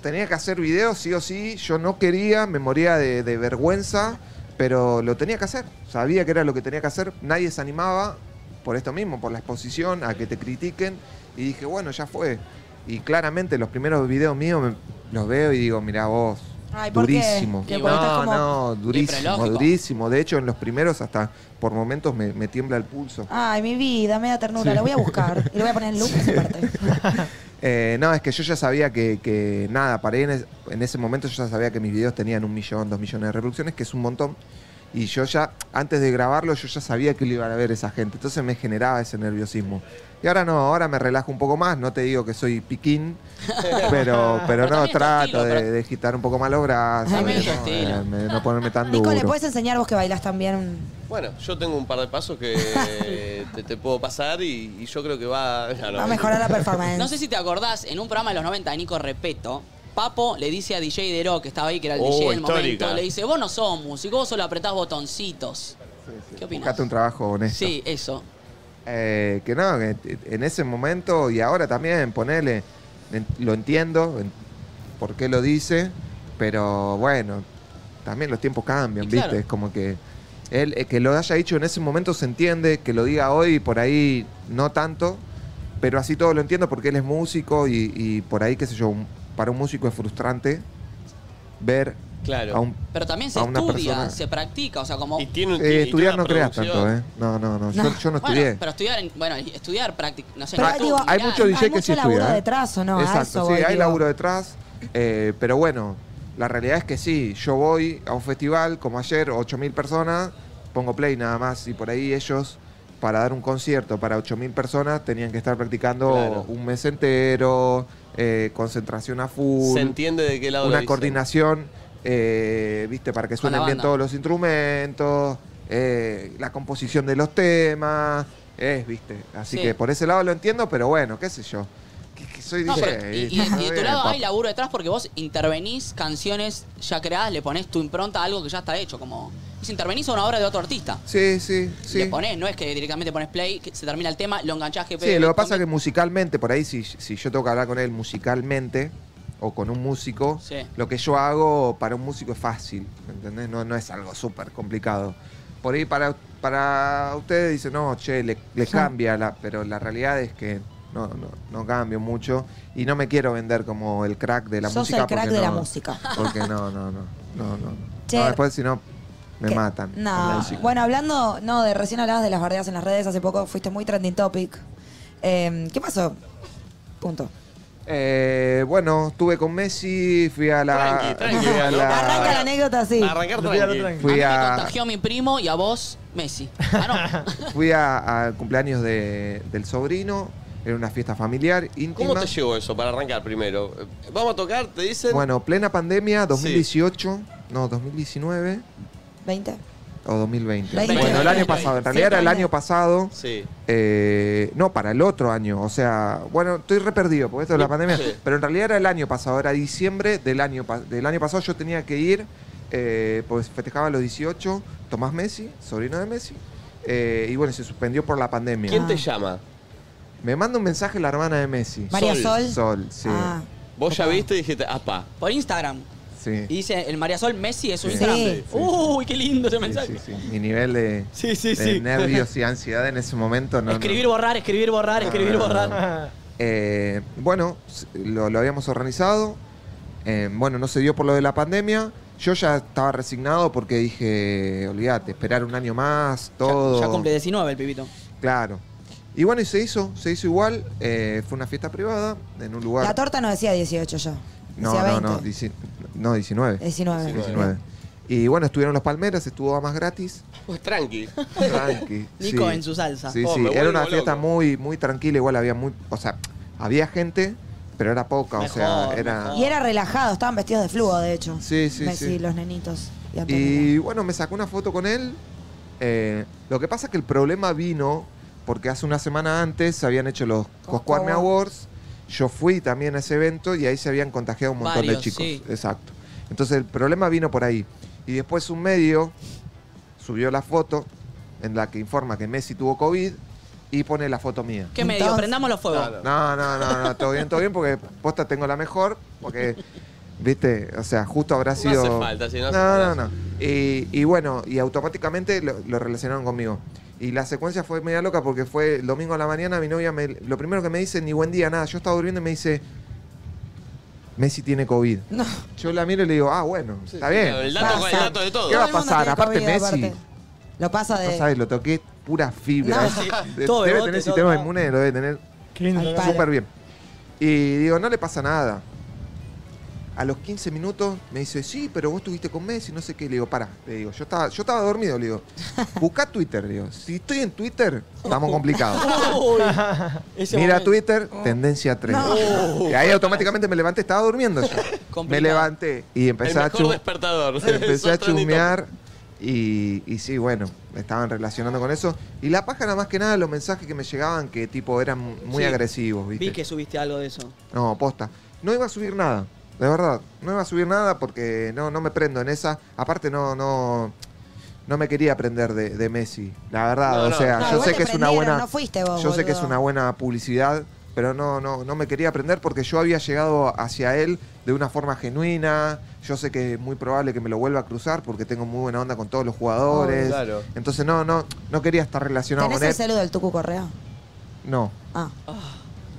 tenía que hacer videos sí o sí. Yo no quería, me moría de, de vergüenza, pero lo tenía que hacer. Sabía que era lo que tenía que hacer. Nadie se animaba por esto mismo, por la exposición, a que te critiquen. Y dije, bueno, ya fue. Y claramente los primeros videos míos me- los veo y digo, mirá vos. Ay, ¿por qué? durísimo. Que porque estás No, como- no, durísimo, lógico. durísimo. De hecho, en los primeros hasta por momentos me, me tiembla el pulso. Ay, mi vida, me da ternura. Lo voy a buscar. Y lo voy a poner en loop esa parte. Eh, no, es que yo ya sabía que, que nada, para en, es- en ese momento yo ya sabía que mis videos tenían un millón, dos millones de reproducciones, que es un montón. Y yo ya, antes de grabarlo, yo ya sabía que lo iban a ver esa gente. Entonces me generaba ese nerviosismo. Y ahora no, ahora me relajo un poco más. No te digo que soy piquín, pero, pero Pero también no, es tu trato estilo, de, pero- de agitar un poco más los brazos, También es de tu no, estilo. eh, me- no ponerme tan duro. Nico, ¿le puedes enseñar vos que bailás también? Bueno, yo tengo un par de pasos que te, te puedo pasar y, y yo creo que va... no, no, Va a mejorar la performance. No sé si te acordás, en un programa de los 90 de Nico Repeto, Papo le dice a DJ Dero, que estaba ahí, que era el Oh, DJ del histórica. momento, le dice, vos no sos músico, vos solo apretás botoncitos. ¿Qué opinás? Buscate un trabajo honesto. Sí, eso. Eh, que no, que t- en ese momento y ahora también, ponele, en- lo entiendo, en- por qué lo dice, pero bueno, también los tiempos cambian, Y ¿viste? claro. Es como que él, eh, que lo haya dicho en ese momento se entiende, que lo diga hoy por ahí no tanto, pero así todo lo entiendo porque él es músico y, y por ahí, qué sé yo, un- para un músico es frustrante ver Claro. a un... Pero también se A una estudia, persona- se practica, o sea, como... Y tiene un- Eh, y tiene estudiar una no creas tanto, producción. ¿eh? No, no, no, Yo, No. yo no Bueno, estudié. pero estudiar, en- bueno, estudiar práctica, no sé. Pero YouTube, digo, Ah, hay mirar. mucho DJ que mucho sí laburo estudia, ¿eh? detrás, ¿o no? A Exacto, eso sí, voy, hay digo. laburo detrás. eh, pero bueno, la realidad es que sí, yo voy a un festival como ayer, 8.000 personas, pongo play nada más y por ahí ellos para dar un concierto para 8.000 personas tenían que estar practicando Claro. un mes entero, eh, concentración a full, Se entiende de qué lado lo una dicen. coordinación, eh, viste, para que Con la suenen bien banda. todos los instrumentos, eh, la composición de los temas, es, viste. Así Sí. que por ese lado lo entiendo, pero bueno, qué sé yo. Que, que soy No, DJ, pero- y, y- ¿viste? y de tu Bien, lado papá. hay laburo detrás porque vos intervenís canciones ya creadas, le ponés tu impronta a algo que ya está hecho, como... Y si intervenís a una obra de otro artista. Sí, sí, Le sí. ponés, no es que directamente pones play, que se termina el tema, lo enganchás, que Sí, lo que pasa es que musicalmente, por ahí, si, si yo tengo que hablar con él musicalmente o con un músico, Sí. lo que yo hago para un músico es fácil, ¿entendés? No, no es algo súper complicado. Por ahí para, para ustedes dicen, no, che, le, le cambia, la, pero la realidad es que no, no, no cambio mucho y no me quiero vender como el crack de la Sos música. el crack porque de la no- música. Porque no, no, no, no, no. Che. No, después si no, me ¿Qué? matan. con la No. música. Bueno, hablando, no, de recién hablabas de las bardeas en las redes, hace poco fuiste muy trending topic. Eh, ¿Qué pasó? Punto. Eh, bueno, estuve con Messi, fui a la. Tranqui, tranqui, fui a ¿no? la- Arranca la anécdota así. Arrancar tranqui. fui a mí me a- contagió mi primo y a vos, Messi. Ah, no. fui a- al cumpleaños de- del sobrino, era una fiesta familiar íntima. ¿Cómo te llegó eso para arrancar primero? Eh, Vamos a tocar, te dicen... Bueno, plena pandemia, 2018, no, 2019, ¿20? o 2020. Veinte. Bueno, el año 2020. pasado. En realidad era el Siete año años. pasado. Sí. eh, no, para el otro año. O sea, bueno, estoy re perdido por esto de la pandemia. Sí. Pero en realidad era el año pasado. Era diciembre del año, pa- del año pasado. Yo tenía que ir. eh, pues festejaba los 18. Tomás Messi, sobrino de Messi. eh, y bueno, se suspendió por la pandemia. ¿Quién te Ah. llama? Me manda un mensaje la hermana de Messi. María Sol. Sol. Sol, sí. Ah. Vos ya viste y dijiste, apa. Por Instagram. Sí. Y dice, el María Sol Messi es un Sí. Instagram. Sí. Uy, qué lindo ese Sí, mensaje. sí, sí. Mi nivel de, Sí, sí, de sí. nervios y ansiedad en ese momento no. no. Escribir, borrar, escribir, borrar, escribir, no, no, borrar. no. Eh, bueno, s- lo, lo habíamos organizado. Eh, bueno, no se dio por lo de la pandemia. Yo ya estaba resignado porque dije, olvídate, esperar un año más, todo. Ya, ya cumple 19 el pibito. Claro. Y bueno, y se hizo, se hizo igual. Eh, fue una fiesta privada en un lugar. La torta no decía 18 yo. no, decía 20. no, no, dieci- no, 19. 19. 19. Y bueno, estuvieron los Palmeras, estuvo más gratis. Pues tranqui. Tranqui. Nico sí. en su salsa. Sí, Oh, sí, me era una vuelvo fiesta loco. muy, muy tranquila, igual había muy, o sea, había gente, pero era poca, o sea, Mejor, era... mejor. Y era relajado, estaban vestidos de flujo, de hecho. Sí, sí, Messi, sí. los nenitos. Y, Antonella. Y bueno, me sacó una foto con él. Eh, lo que pasa es que el problema vino porque hace una semana antes se habían hecho los Coscuarne Awards, yo fui también a ese evento y ahí se habían contagiado un montón de Varios, chicos. sí. Exacto. Entonces el problema vino por ahí. Y después un medio subió la foto en la que informa que Messi tuvo COVID y pone la foto mía. ¿Qué medio? Entonces- Prendamos los fuegos. Claro. No, no, no, no, todo bien, todo bien, porque posta tengo la mejor, porque, viste, o sea, justo habrá No sido... hace falta, sí, no hace no, no, falta. no. Y, y bueno, y automáticamente lo, lo relacionaron conmigo. Y la secuencia fue media loca porque fue el domingo a la mañana, mi novia, me- lo primero que me dice, ni buen día, nada, yo estaba durmiendo y me dice, Messi tiene COVID. No. Yo la miro y le digo, ah, bueno, está bien. El dato, el Pasa. dato de todo. ¿Qué va a Todo el mundo pasar? tiene Aparte COVID, Messi. Lo pasa de. No sabes, lo toqué pura fibra. No. Sí, de- Todo debe de bote, tener todo sistema acá. inmune, lo debe tener Qué lindo. Al ¿no? palo. súper bien. Y digo, no le pasa nada. A los 15 minutos me dice, sí, pero vos estuviste con Messi, no sé qué. Le digo, pará, le digo, yo estaba, yo estaba dormido, le digo, buscá Twitter, le digo, si estoy en Twitter, estamos complicados. Uy, ese Mira momento. Twitter, tendencia 3. Y ahí automáticamente me levanté, estaba durmiendo yo. Me Complicado. levanté y El empecé a, mejor chu- despertador. empecé a Sos trending chumear. Y, y sí, bueno, me estaban relacionando con eso. Y la página, más que nada, los mensajes que me llegaban, que tipo eran muy Sí. agresivos, ¿viste? Vi que subiste algo de eso. No, posta. No iba a subir nada, de verdad. No iba a subir nada porque no, no me prendo en esa. Aparte no, no, no me quería aprender de, de Messi. La verdad, No, o no. sea, No, yo igual sé te que es una prendieron, buena. no fuiste vos, yo sé que es boludo. una buena publicidad, pero no, no, no me quería aprender porque yo había llegado hacia él de una forma genuina. Yo sé que es muy probable que me lo vuelva a cruzar porque tengo muy buena onda con todos los jugadores. claro. Entonces no, no, no quería estar relacionado ¿Tenés con el él. celu del Tucu Correa? No. Ah. topic.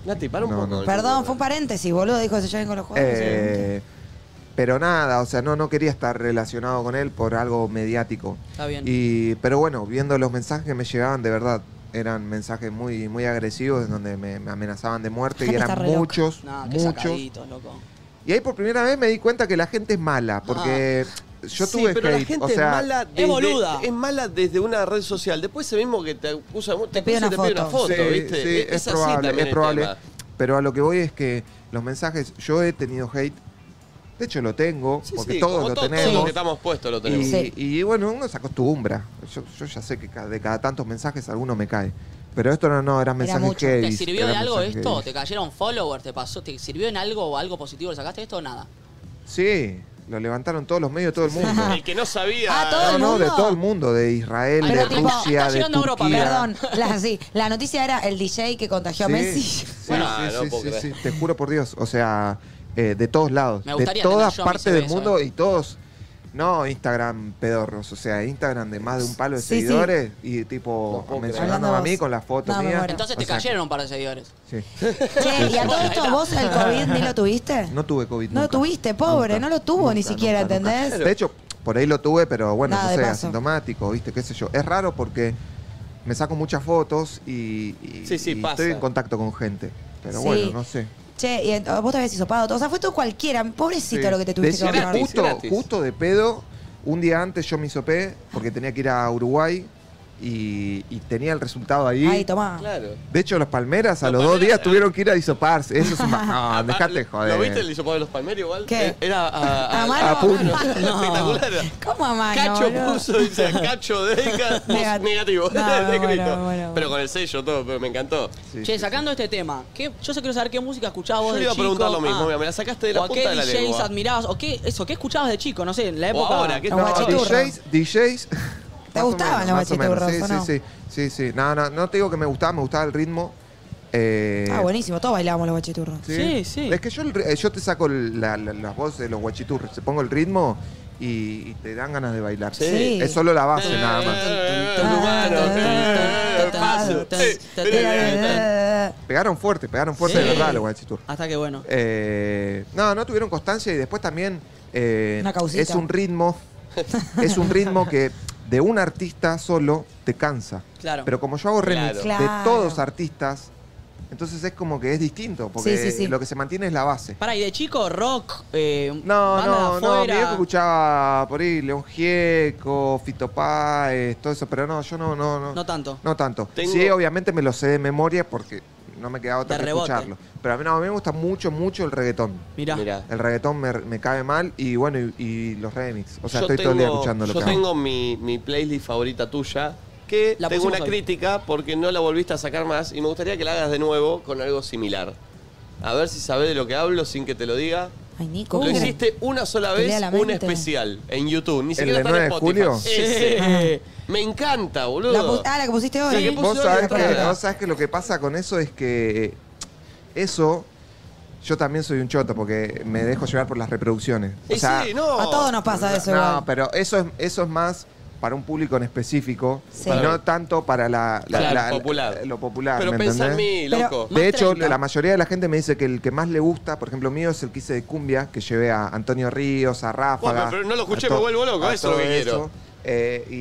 Nati, para un No, poco. no. Perdón, fue un paréntesis, boludo. Dijo que se lleven con los jugadores. Eh, pero nada, o sea, no, no quería estar relacionado con él por algo mediático. Está bien. Y, pero bueno, viendo los mensajes que me llegaban, de verdad, eran mensajes muy, muy agresivos en donde me, me amenazaban de muerte y Gente está eran re loca. muchos, No, qué muchos. sacaditos, loco. Y ahí por primera vez me di cuenta que la gente es mala, porque yo Ah. Sí, tuve pero la hate, gente o sea, es mala desde, boluda. es mala desde una red social. Después ese mismo que te acusa, te, pide acusa y te una pide una foto. foto, sí, ¿viste? sí, es, así probable, también es el probable. tema. Pero a lo que voy es que los mensajes, yo he tenido hate, de hecho lo tengo, Sí, porque sí, todos como lo to- tenemos. Todos los que estamos puestos lo Y, tenemos. Sí. y bueno, uno se acostumbra. Yo, yo ya sé que ca- de cada tantos mensajes alguno me cae. Pero esto no, no, eran mensajes mucho. heavy. ¿Te sirvió eran de algo mensajes esto? heavy. ¿Te cayeron followers? ¿Te pasó? ¿Te sirvió en algo o algo positivo? ¿Le sacaste esto o nada? Sí, lo levantaron todos los medios de todo el mundo. El que no sabía. Ah, todo no, el no, mundo. de todo el mundo. De Israel, Pero de tipo, Rusia, está de llegando a Europa, Turquía. Perdón, la, sí, la noticia era el DJ que contagió Sí, a Messi. sí, Bueno, sí, no sí, puedo sí, creer. sí, te juro por Dios. O sea, eh, de todos lados. Me de gustaría todas tener yo a mi partes del CB, mundo ¿sabes? y todos. No, Instagram pedorros, o sea, Instagram de más de un palo de Sí, sí. seguidores y tipo No puedo creer. mencionándome Hablando a mí vos. con las fotos No, me mías. muero. Entonces O te sea, cayeron un par de seguidores. Sí. Che, y a todo esto, vos el COVID ni lo tuviste. No tuve COVID. No lo nunca. tuviste, pobre, no Nunca, lo tuvo ni siquiera, ¿entendés? De hecho, por ahí lo tuve, pero bueno, Nada, no de sé, paso. asintomático, ¿viste? ¿Qué sé yo? Es raro porque me saco muchas fotos y, y- Sí, sí, y pasa. estoy en contacto con gente. Pero Sí. bueno, no sé. Che, y en- vos te habías hisopado todo. O sea, fue todo cualquiera. Pobrecito Sí. lo que te tuviste Decime, que Decía, comprar. Gratis, justo, gratis. justo de pedo, un día antes yo me hisopé porque tenía que ir a Uruguay y, y tenía el resultado ahí. Ay, tomá. Claro. de hecho, los Palmeras a Los los dos Palmeras, días eh. tuvieron que ir a disoparse. Eso es un bajón. Ah, dejate de joder. Ah, ¿Lo viste el hisopado de los palmeros igual? Eh, ¿Qué? Era a, A mano. a puño. No. Espectacular. ¿Cómo a mano, Cacho boludo? puso, dice, Cacho deca, pos- Negat- negativo. No, me Escrito. muero, me muero. Pero con el sello todo, pero me encantó. Sí, Che, sí, sacando este tema, ¿qué, yo sé quiero saber qué música escuchabas vos Yo de le iba a chico. preguntar lo mismo, Ah. mira, me la sacaste de la o a punta qué de la DJs lengua. admirabas, o qué, eso, ¿qué escuchabas de chico? No sé, en la O época... ahora, ¿qué Los tal? No, guachiturros. DJs, DJs. ¿Te más o gustaban menos, los más o menos. guachiturros, o no? Sí, sí, sí, sí, sí. No, no, no te digo que me gustaba, me gustaba el ritmo. Eh, Ah, buenísimo. Todos bailamos los guachiturros. Sí, sí. Es que yo, el ri- eh, yo te saco el- la- la- las voces de los guachiturros, te pongo el ritmo y, y te dan ganas de bailar. Sí. Es solo la base nada más. Eh, Paso. Eh, Pegaron fuerte, pegaron fuerte Sí. de verdad los guachiturros. Hasta que bueno. Eh, no, no tuvieron constancia y después también eh, Una causita. es un ritmo, es un ritmo que de un artista solo te cansa. Claro. Pero como yo hago remix Claro. de Claro. todos artistas, entonces es como que es distinto, porque Sí, sí, sí. lo que se mantiene es la base. Pará, ¿y de chico rock? Eh, No, banda no, de no, mi afuera? viejo escuchaba por ahí León Gieco, Fito Páez, todo eso, pero no, yo no, no, no. No tanto. No tanto. Tengo- Sí, obviamente me lo sé de memoria porque no me quedaba otra De que rebote. escucharlo. Pero a mí, no, a mí me gusta mucho, mucho el reggaetón. Mirá. Mirá. El reggaetón me, me cae mal y bueno, y, y los remix. O sea, Yo estoy todo el día tengo- escuchando lo Yo que hago. tengo mi, mi playlist favorita tuya, que La tengo pusimos una hoy. crítica porque no la volviste a sacar más y me gustaría que la hagas de nuevo con algo similar. A ver si sabés de lo que hablo sin que te lo diga. Ay, Nico. Lo hiciste una sola Te lea vez, la un mente. especial en YouTube. Ni ¿El siquiera de está 9 en de Spotify. julio? Ese. Me encanta, La boludo. pu- ah, la que pusiste hoy. La que puse Vos hoy sabés, está que, buena. vos sabés que lo que pasa con eso es que eh, eso, yo también soy un choto porque me dejo llevar por las reproducciones. O Y sea, sí, no. A todos nos pasa eso. no, igual. pero eso es, eso es más para un público en específico, Sí. y no tanto para la, la- Claro, la- popular. lo popular. Pero ¿me pensá en entendés? mí, Pero- loco. Más De hecho, 30. la mayoría de la gente me dice que el que más le gusta, por ejemplo, mío es el que hice de cumbia, que llevé a Antonio Ríos, a Ráfaga. Bueno, pero no lo escuché, a to- me vuelvo loco, eso a es lo todo que quiero. Eh, y,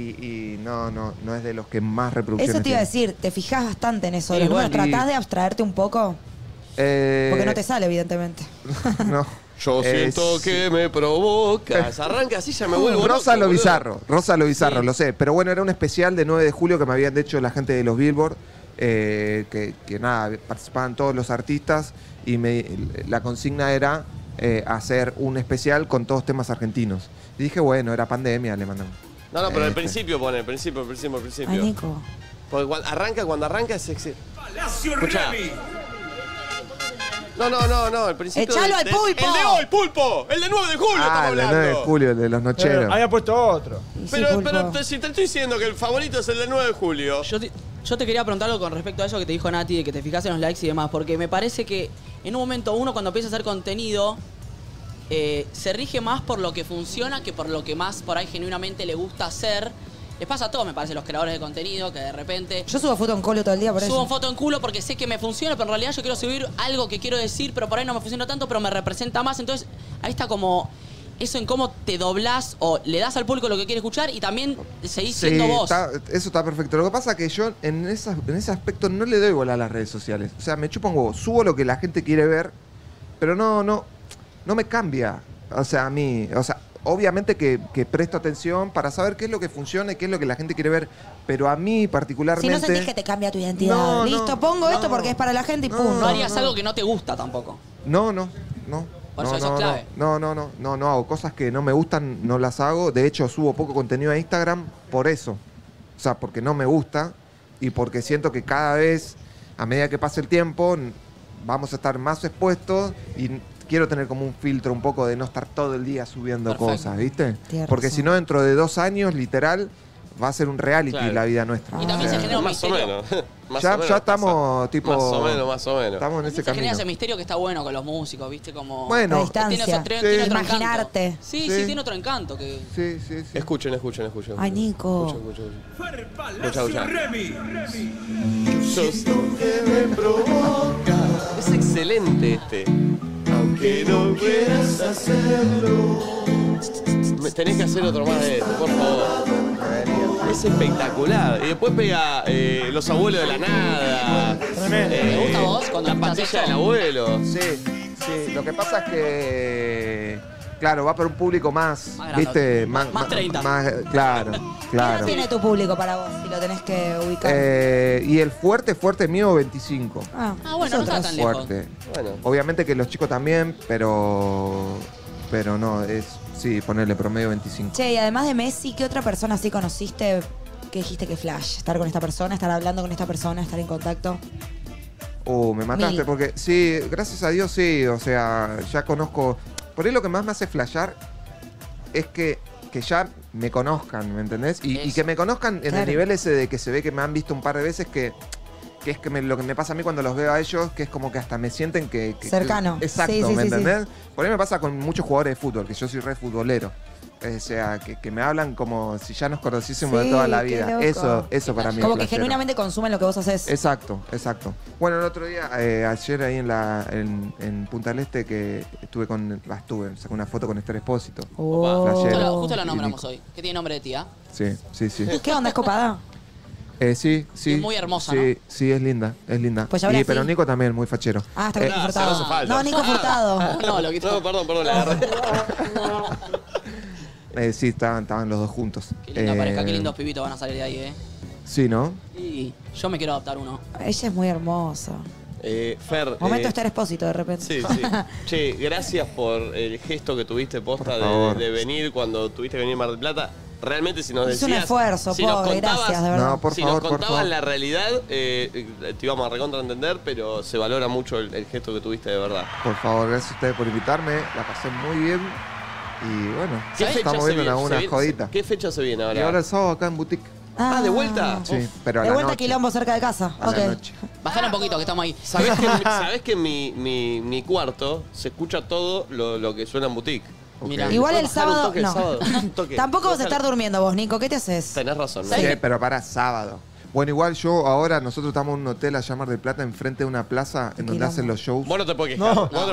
y no, no, no es de los que más reproducciones Eso te iba a tiene. decir, te fijas bastante en eso. Y de los números. bueno, y- ¿Tratás de abstraerte un poco? Eh, Porque no te sale, evidentemente. no. Yo Eh, siento sí. que me provocas. Arranca así, ya me vuelvo loco, Rosa lo boludo. bizarro, Rosa lo bizarro, Sí. lo sé. Pero bueno, era un especial de 9 de julio que me habían hecho la gente de los Billboard, eh, que, que nada, participaban todos los artistas y me, la consigna era eh, hacer un especial con todos temas argentinos. Y dije, bueno, era pandemia, le mandamos. No, no, pero al Este. principio pone, al principio, al principio, al principio. Ay, Nico. Porque cuando arranca, cuando arranca es sexy. Escuchá. No, no, no, no, al principio. Echalo del- al del- pulpo. ¡El de hoy, pulpo! ¡El de 9 de julio Ah, estamos el de hablando! 9 de julio, el de los nocheros. Había puesto otro. Y sí, Pero, pulpo. pero te- si te estoy diciendo que el favorito es el del 9 de julio. Yo te, yo te quería preguntar algo con respecto a eso que te dijo Nati, de que te fijas en los likes y demás, porque me parece que en un momento uno cuando empieza a hacer contenido eh, se rige más por lo que funciona que por lo que más por ahí genuinamente le gusta hacer. Les pasa a todos, me parece, los creadores de contenido, que de repente Yo subo foto en colo todo el día por eso. subo foto en culo porque sé que me funciona, pero en realidad yo quiero subir algo que quiero decir, pero por ahí no me funciona tanto, pero me representa más. Entonces, ahí está como eso en cómo te doblás o le das al público lo que quiere escuchar y también seguís Sí, siendo vos. está- eso está perfecto. Lo que pasa es que yo en, esas- en ese aspecto no le doy bola a las redes sociales. O sea, me chupo un huevo. Subo lo que la gente quiere ver, pero no, no, no me cambia. O sea, a mí, o sea, obviamente que, que presto atención para saber qué es lo que funciona y qué es lo que la gente quiere ver. Pero a mí Si particularmente... no sentís que te cambia tu identidad. No, no, Listo, pongo esto no. porque es para la gente y No, pum. No harías algo que no te gusta tampoco. No, no, no. Por no, eso eso no, es clave. No, no, no, no, no hago cosas que no me gustan, no las hago. De hecho, subo poco contenido a Instagram por eso. O sea, porque no me gusta y porque siento que cada vez, a medida que pase el tiempo, n- vamos a estar más expuestos y n- quiero tener como un filtro un poco de no estar todo el día subiendo Perfecto. cosas, ¿viste? Tienes porque razón. si no, dentro de dos años, literal, va a ser un reality Claro. la vida nuestra. Y también se genera un más o misterio. menos. Más Ya- o menos ya pasa. estamos, tipo- Más o menos, más o menos. Estamos en ese se genera camino. ese misterio que está bueno con los músicos, ¿viste? Como. La Bueno, distancia. Tiene, otro- Sí. tiene otro Imaginarte. encanto. Sí, sí, Sí. tiene otro encanto. Que... sí, sí, sí. Escuchen, escuchen, escuchen. Ay, Nico. Escuchen, escuchen. Escucha, escucha. Yo que me provoca. Es excelente este. Aunque no quieras hacerlo. Me tenés que hacer otro más de este, por favor. Es espectacular. Y después pega eh, Los Abuelos de la Nada. Tremendo. Eh, ¿Te gusta a vos La cuando escuchás pantalla eso? del abuelo. Sí, sí. Lo que pasa es que Claro, va para un público más, Más ¿viste? grandote. Más 30. más- claro, ¿Qué claro. no tiene tu público para vos si lo tenés que ubicar? Eh, y el fuerte, fuerte mío, 25. ah, Ah, bueno, no está nosotros. tan lejos. Fuerte. Bueno, Obviamente que los chicos también, pero pero no, es sí, ponerle promedio 25. Che, y además de Messi, ¿qué otra persona así conociste que dijiste que flash? Estar con esta persona, estar hablando con esta persona, estar en contacto. Uh, me mataste Mil. porque sí, gracias a Dios sí, o sea, ya conozco. Por ahí lo que más me hace flashear es que, que ya me conozcan, ¿me entendés? Y, y Eso. que me conozcan en el Claro. nivel ese de que se ve que me han visto un par de veces que que es que me- lo que me pasa a mí cuando los veo a ellos, que es como que hasta me sienten que... que- Cercano. que- exacto, Sí, sí, ¿me sí, sí. entendés? Por ahí me pasa con muchos jugadores de fútbol, que yo soy re futbolero. O sea, que, que me hablan como si ya nos conociésemos de Sí, toda la qué vida. loco. Eso, eso para mí es Como que flashero. genuinamente consumen lo que vos haces. Exacto, exacto. Bueno, el otro día, eh, ayer ahí en, la, en, en Punta del Este, que estuve con. bah, estuve, saqué una foto con Esther Espósito. Oh. Justo Flashero. lo, justo lo Y nombramos Nico. hoy. ¿Qué tiene nombre de tía? Sí, sí, sí. ¿Qué onda? ¿Es copada? Eh, sí, sí. Es muy hermosa, Sí, ¿no? sí, es linda, es linda. Pues ahora Y- pero sí. Nico también, muy fachero. Ah, está con Eh, Nico no, Furtado. se lo hace falta. Ah. No, Nico Furtado. No, lo que no, perdón, perdón, la agarré. Eh, sí, estaban, estaban los dos juntos. Qué linda Eh, pareja, qué lindos pibitos van a salir de ahí, eh. Sí, ¿no? Y yo me quiero adoptar uno. Ella es muy hermosa. Eh, Fer. Momento eh, estar expósito de repente. Sí, sí. Che, gracias por el gesto que tuviste posta Por de, favor. de venir cuando tuviste que venir a Mar del Plata. Realmente, si nos Hizo decías. un esfuerzo, si nos pobre, contabas- gracias, de verdad. No, por si nos favor, por contabas favor. la realidad, eh, eh, te íbamos a recontraentender, pero se valora mucho el, el gesto que tuviste de verdad. Por favor, gracias a ustedes por invitarme. La pasé muy bien. Y bueno, ¿Qué fecha estamos se viene? viendo Se alguna viene- jodita. ¿Qué fecha se viene Y ahora? ahora el sábado acá en Boutique. Ah, ¿de vuelta? Uf. Sí, pero a de la vuelta noche. quilombo cerca de casa. A ok. la noche. Bajar un poquito, que estamos ahí. ¿Sabés que, sabés que en mi, mi, mi cuarto se escucha todo lo, lo que suena en boutique? Mirá. Ok. Igual ¿Puedo el bajar un sábado. toque el no. sábado? Un toque. Tampoco vas a Total. estar durmiendo vos, Nico. ¿Qué te haces? Tenés razón. ¿no? Sí, pero para sábado. Bueno, igual yo ahora, nosotros estamos en un hotel allá en Mar del Plata, enfrente de una plaza en donde Quilombo. hacen los shows. Vos no te puedes quejar. Vos No,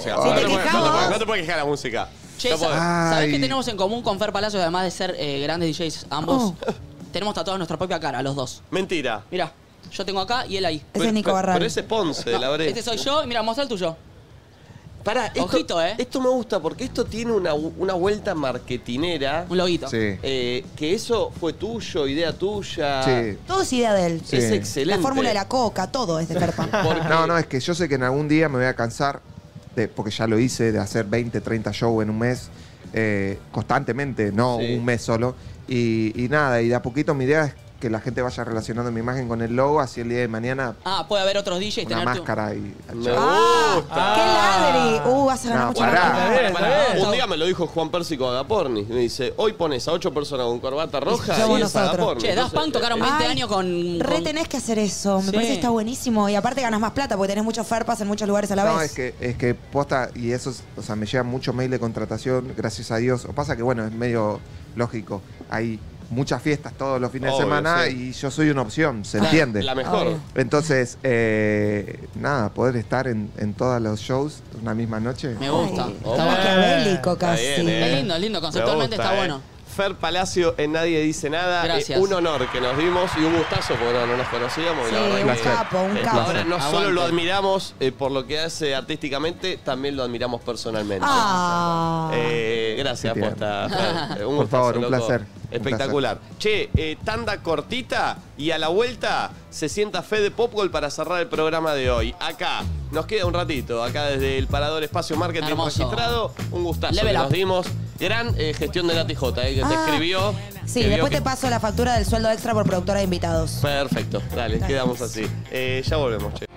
te puedes quejar de la música. Si Vos te no puedes- no te puedes- quejás vos- no te puedes quejar de la música. Che, Ah. No sa- podés. ¿sabés qué Ay. tenemos en común con Fer Palacios, además de ser eh, grandes DJs ambos? Oh. Tenemos tatuados nuestra propia cara, los dos. Mentira. Mira, yo tengo acá y él ahí. Ese es Nico Barral. Pero ese es Ponce, de la brecha. Este soy yo y mira, mostra el tuyo. Pará, esto, Ojito, eh. Esto me gusta porque esto tiene una, una vuelta marketinera. Un loguito. Sí. eh, que eso fue tuyo, idea tuya. Sí. Todo es idea de él. Sí. Es excelente. La fórmula de la coca, todo es de Ferpa. Porque- No, no, es que yo sé que en algún día me voy a cansar, de, porque ya lo hice, de hacer 20, 30 shows en un mes, eh, constantemente, no Sí. un mes solo. Y, y nada, y de a poquito mi idea es que la gente vaya relacionando mi imagen con el logo, así el día de mañana Ah, puede haber otros DJs una tener tu- máscara y... Me Ah, gusta. Ah. ¡Qué ladri! Uh, vas a ganar No, mucho pará. más. Pará, pará. Un día me lo dijo Juan Pérsico Agaporni. Me dice, hoy pones a ocho personas con corbata roja somos y es nosotros. Agaporni. Che, Daft Punk Entonces, tocaron eh, 20 Ay, años con... Re con- tenés que hacer eso. Me Sí. parece que está buenísimo. Y aparte ganas más plata porque tenés muchos Ferpas en muchos lugares a la vez. No, es que, es que posta, y eso, es- o sea, me llegan mucho mail de contratación, gracias a Dios. O pasa que, bueno, es medio lógico. Hay muchas fiestas todos los fines Obvio, de semana sí. y yo soy una opción, ¿se la- entiende? La mejor. Obvio. Entonces, eh, nada, poder estar en, en todos los shows una misma noche. Me gusta. Ay, Oh. está maquiavélico Está casi. bien, eh. Es lindo, es lindo. Conceptualmente Me gusta, está eh. bueno. Fer Palacio en Nadie Dice Nada. Gracias. Eh, un honor que nos dimos y un gustazo porque no, no nos conocíamos. y la Sí, verdad un que, capo, un eh, capo. Ahora no solo Aguante. lo admiramos eh, por lo que hace artísticamente, también lo admiramos personalmente. Ah. Eh, gracias, Qué tierno. posta. Fer. Eh, un Por favor, un loco. placer, un Espectacular. Che, eh, tanda cortita y a la vuelta se sienta Fede Popgol para cerrar el programa de hoy. Acá, nos queda un ratito, acá desde el Parador Espacio Marketing Hermoso. registrado. Un gustazo Level que up. nos dimos. Gran eh, gestión de la TJ, eh, que te Ah. escribió. Sí, que vio después que- te paso la factura del sueldo extra por productora de invitados. Perfecto, dale, quedamos así. Eh, ya volvemos, che.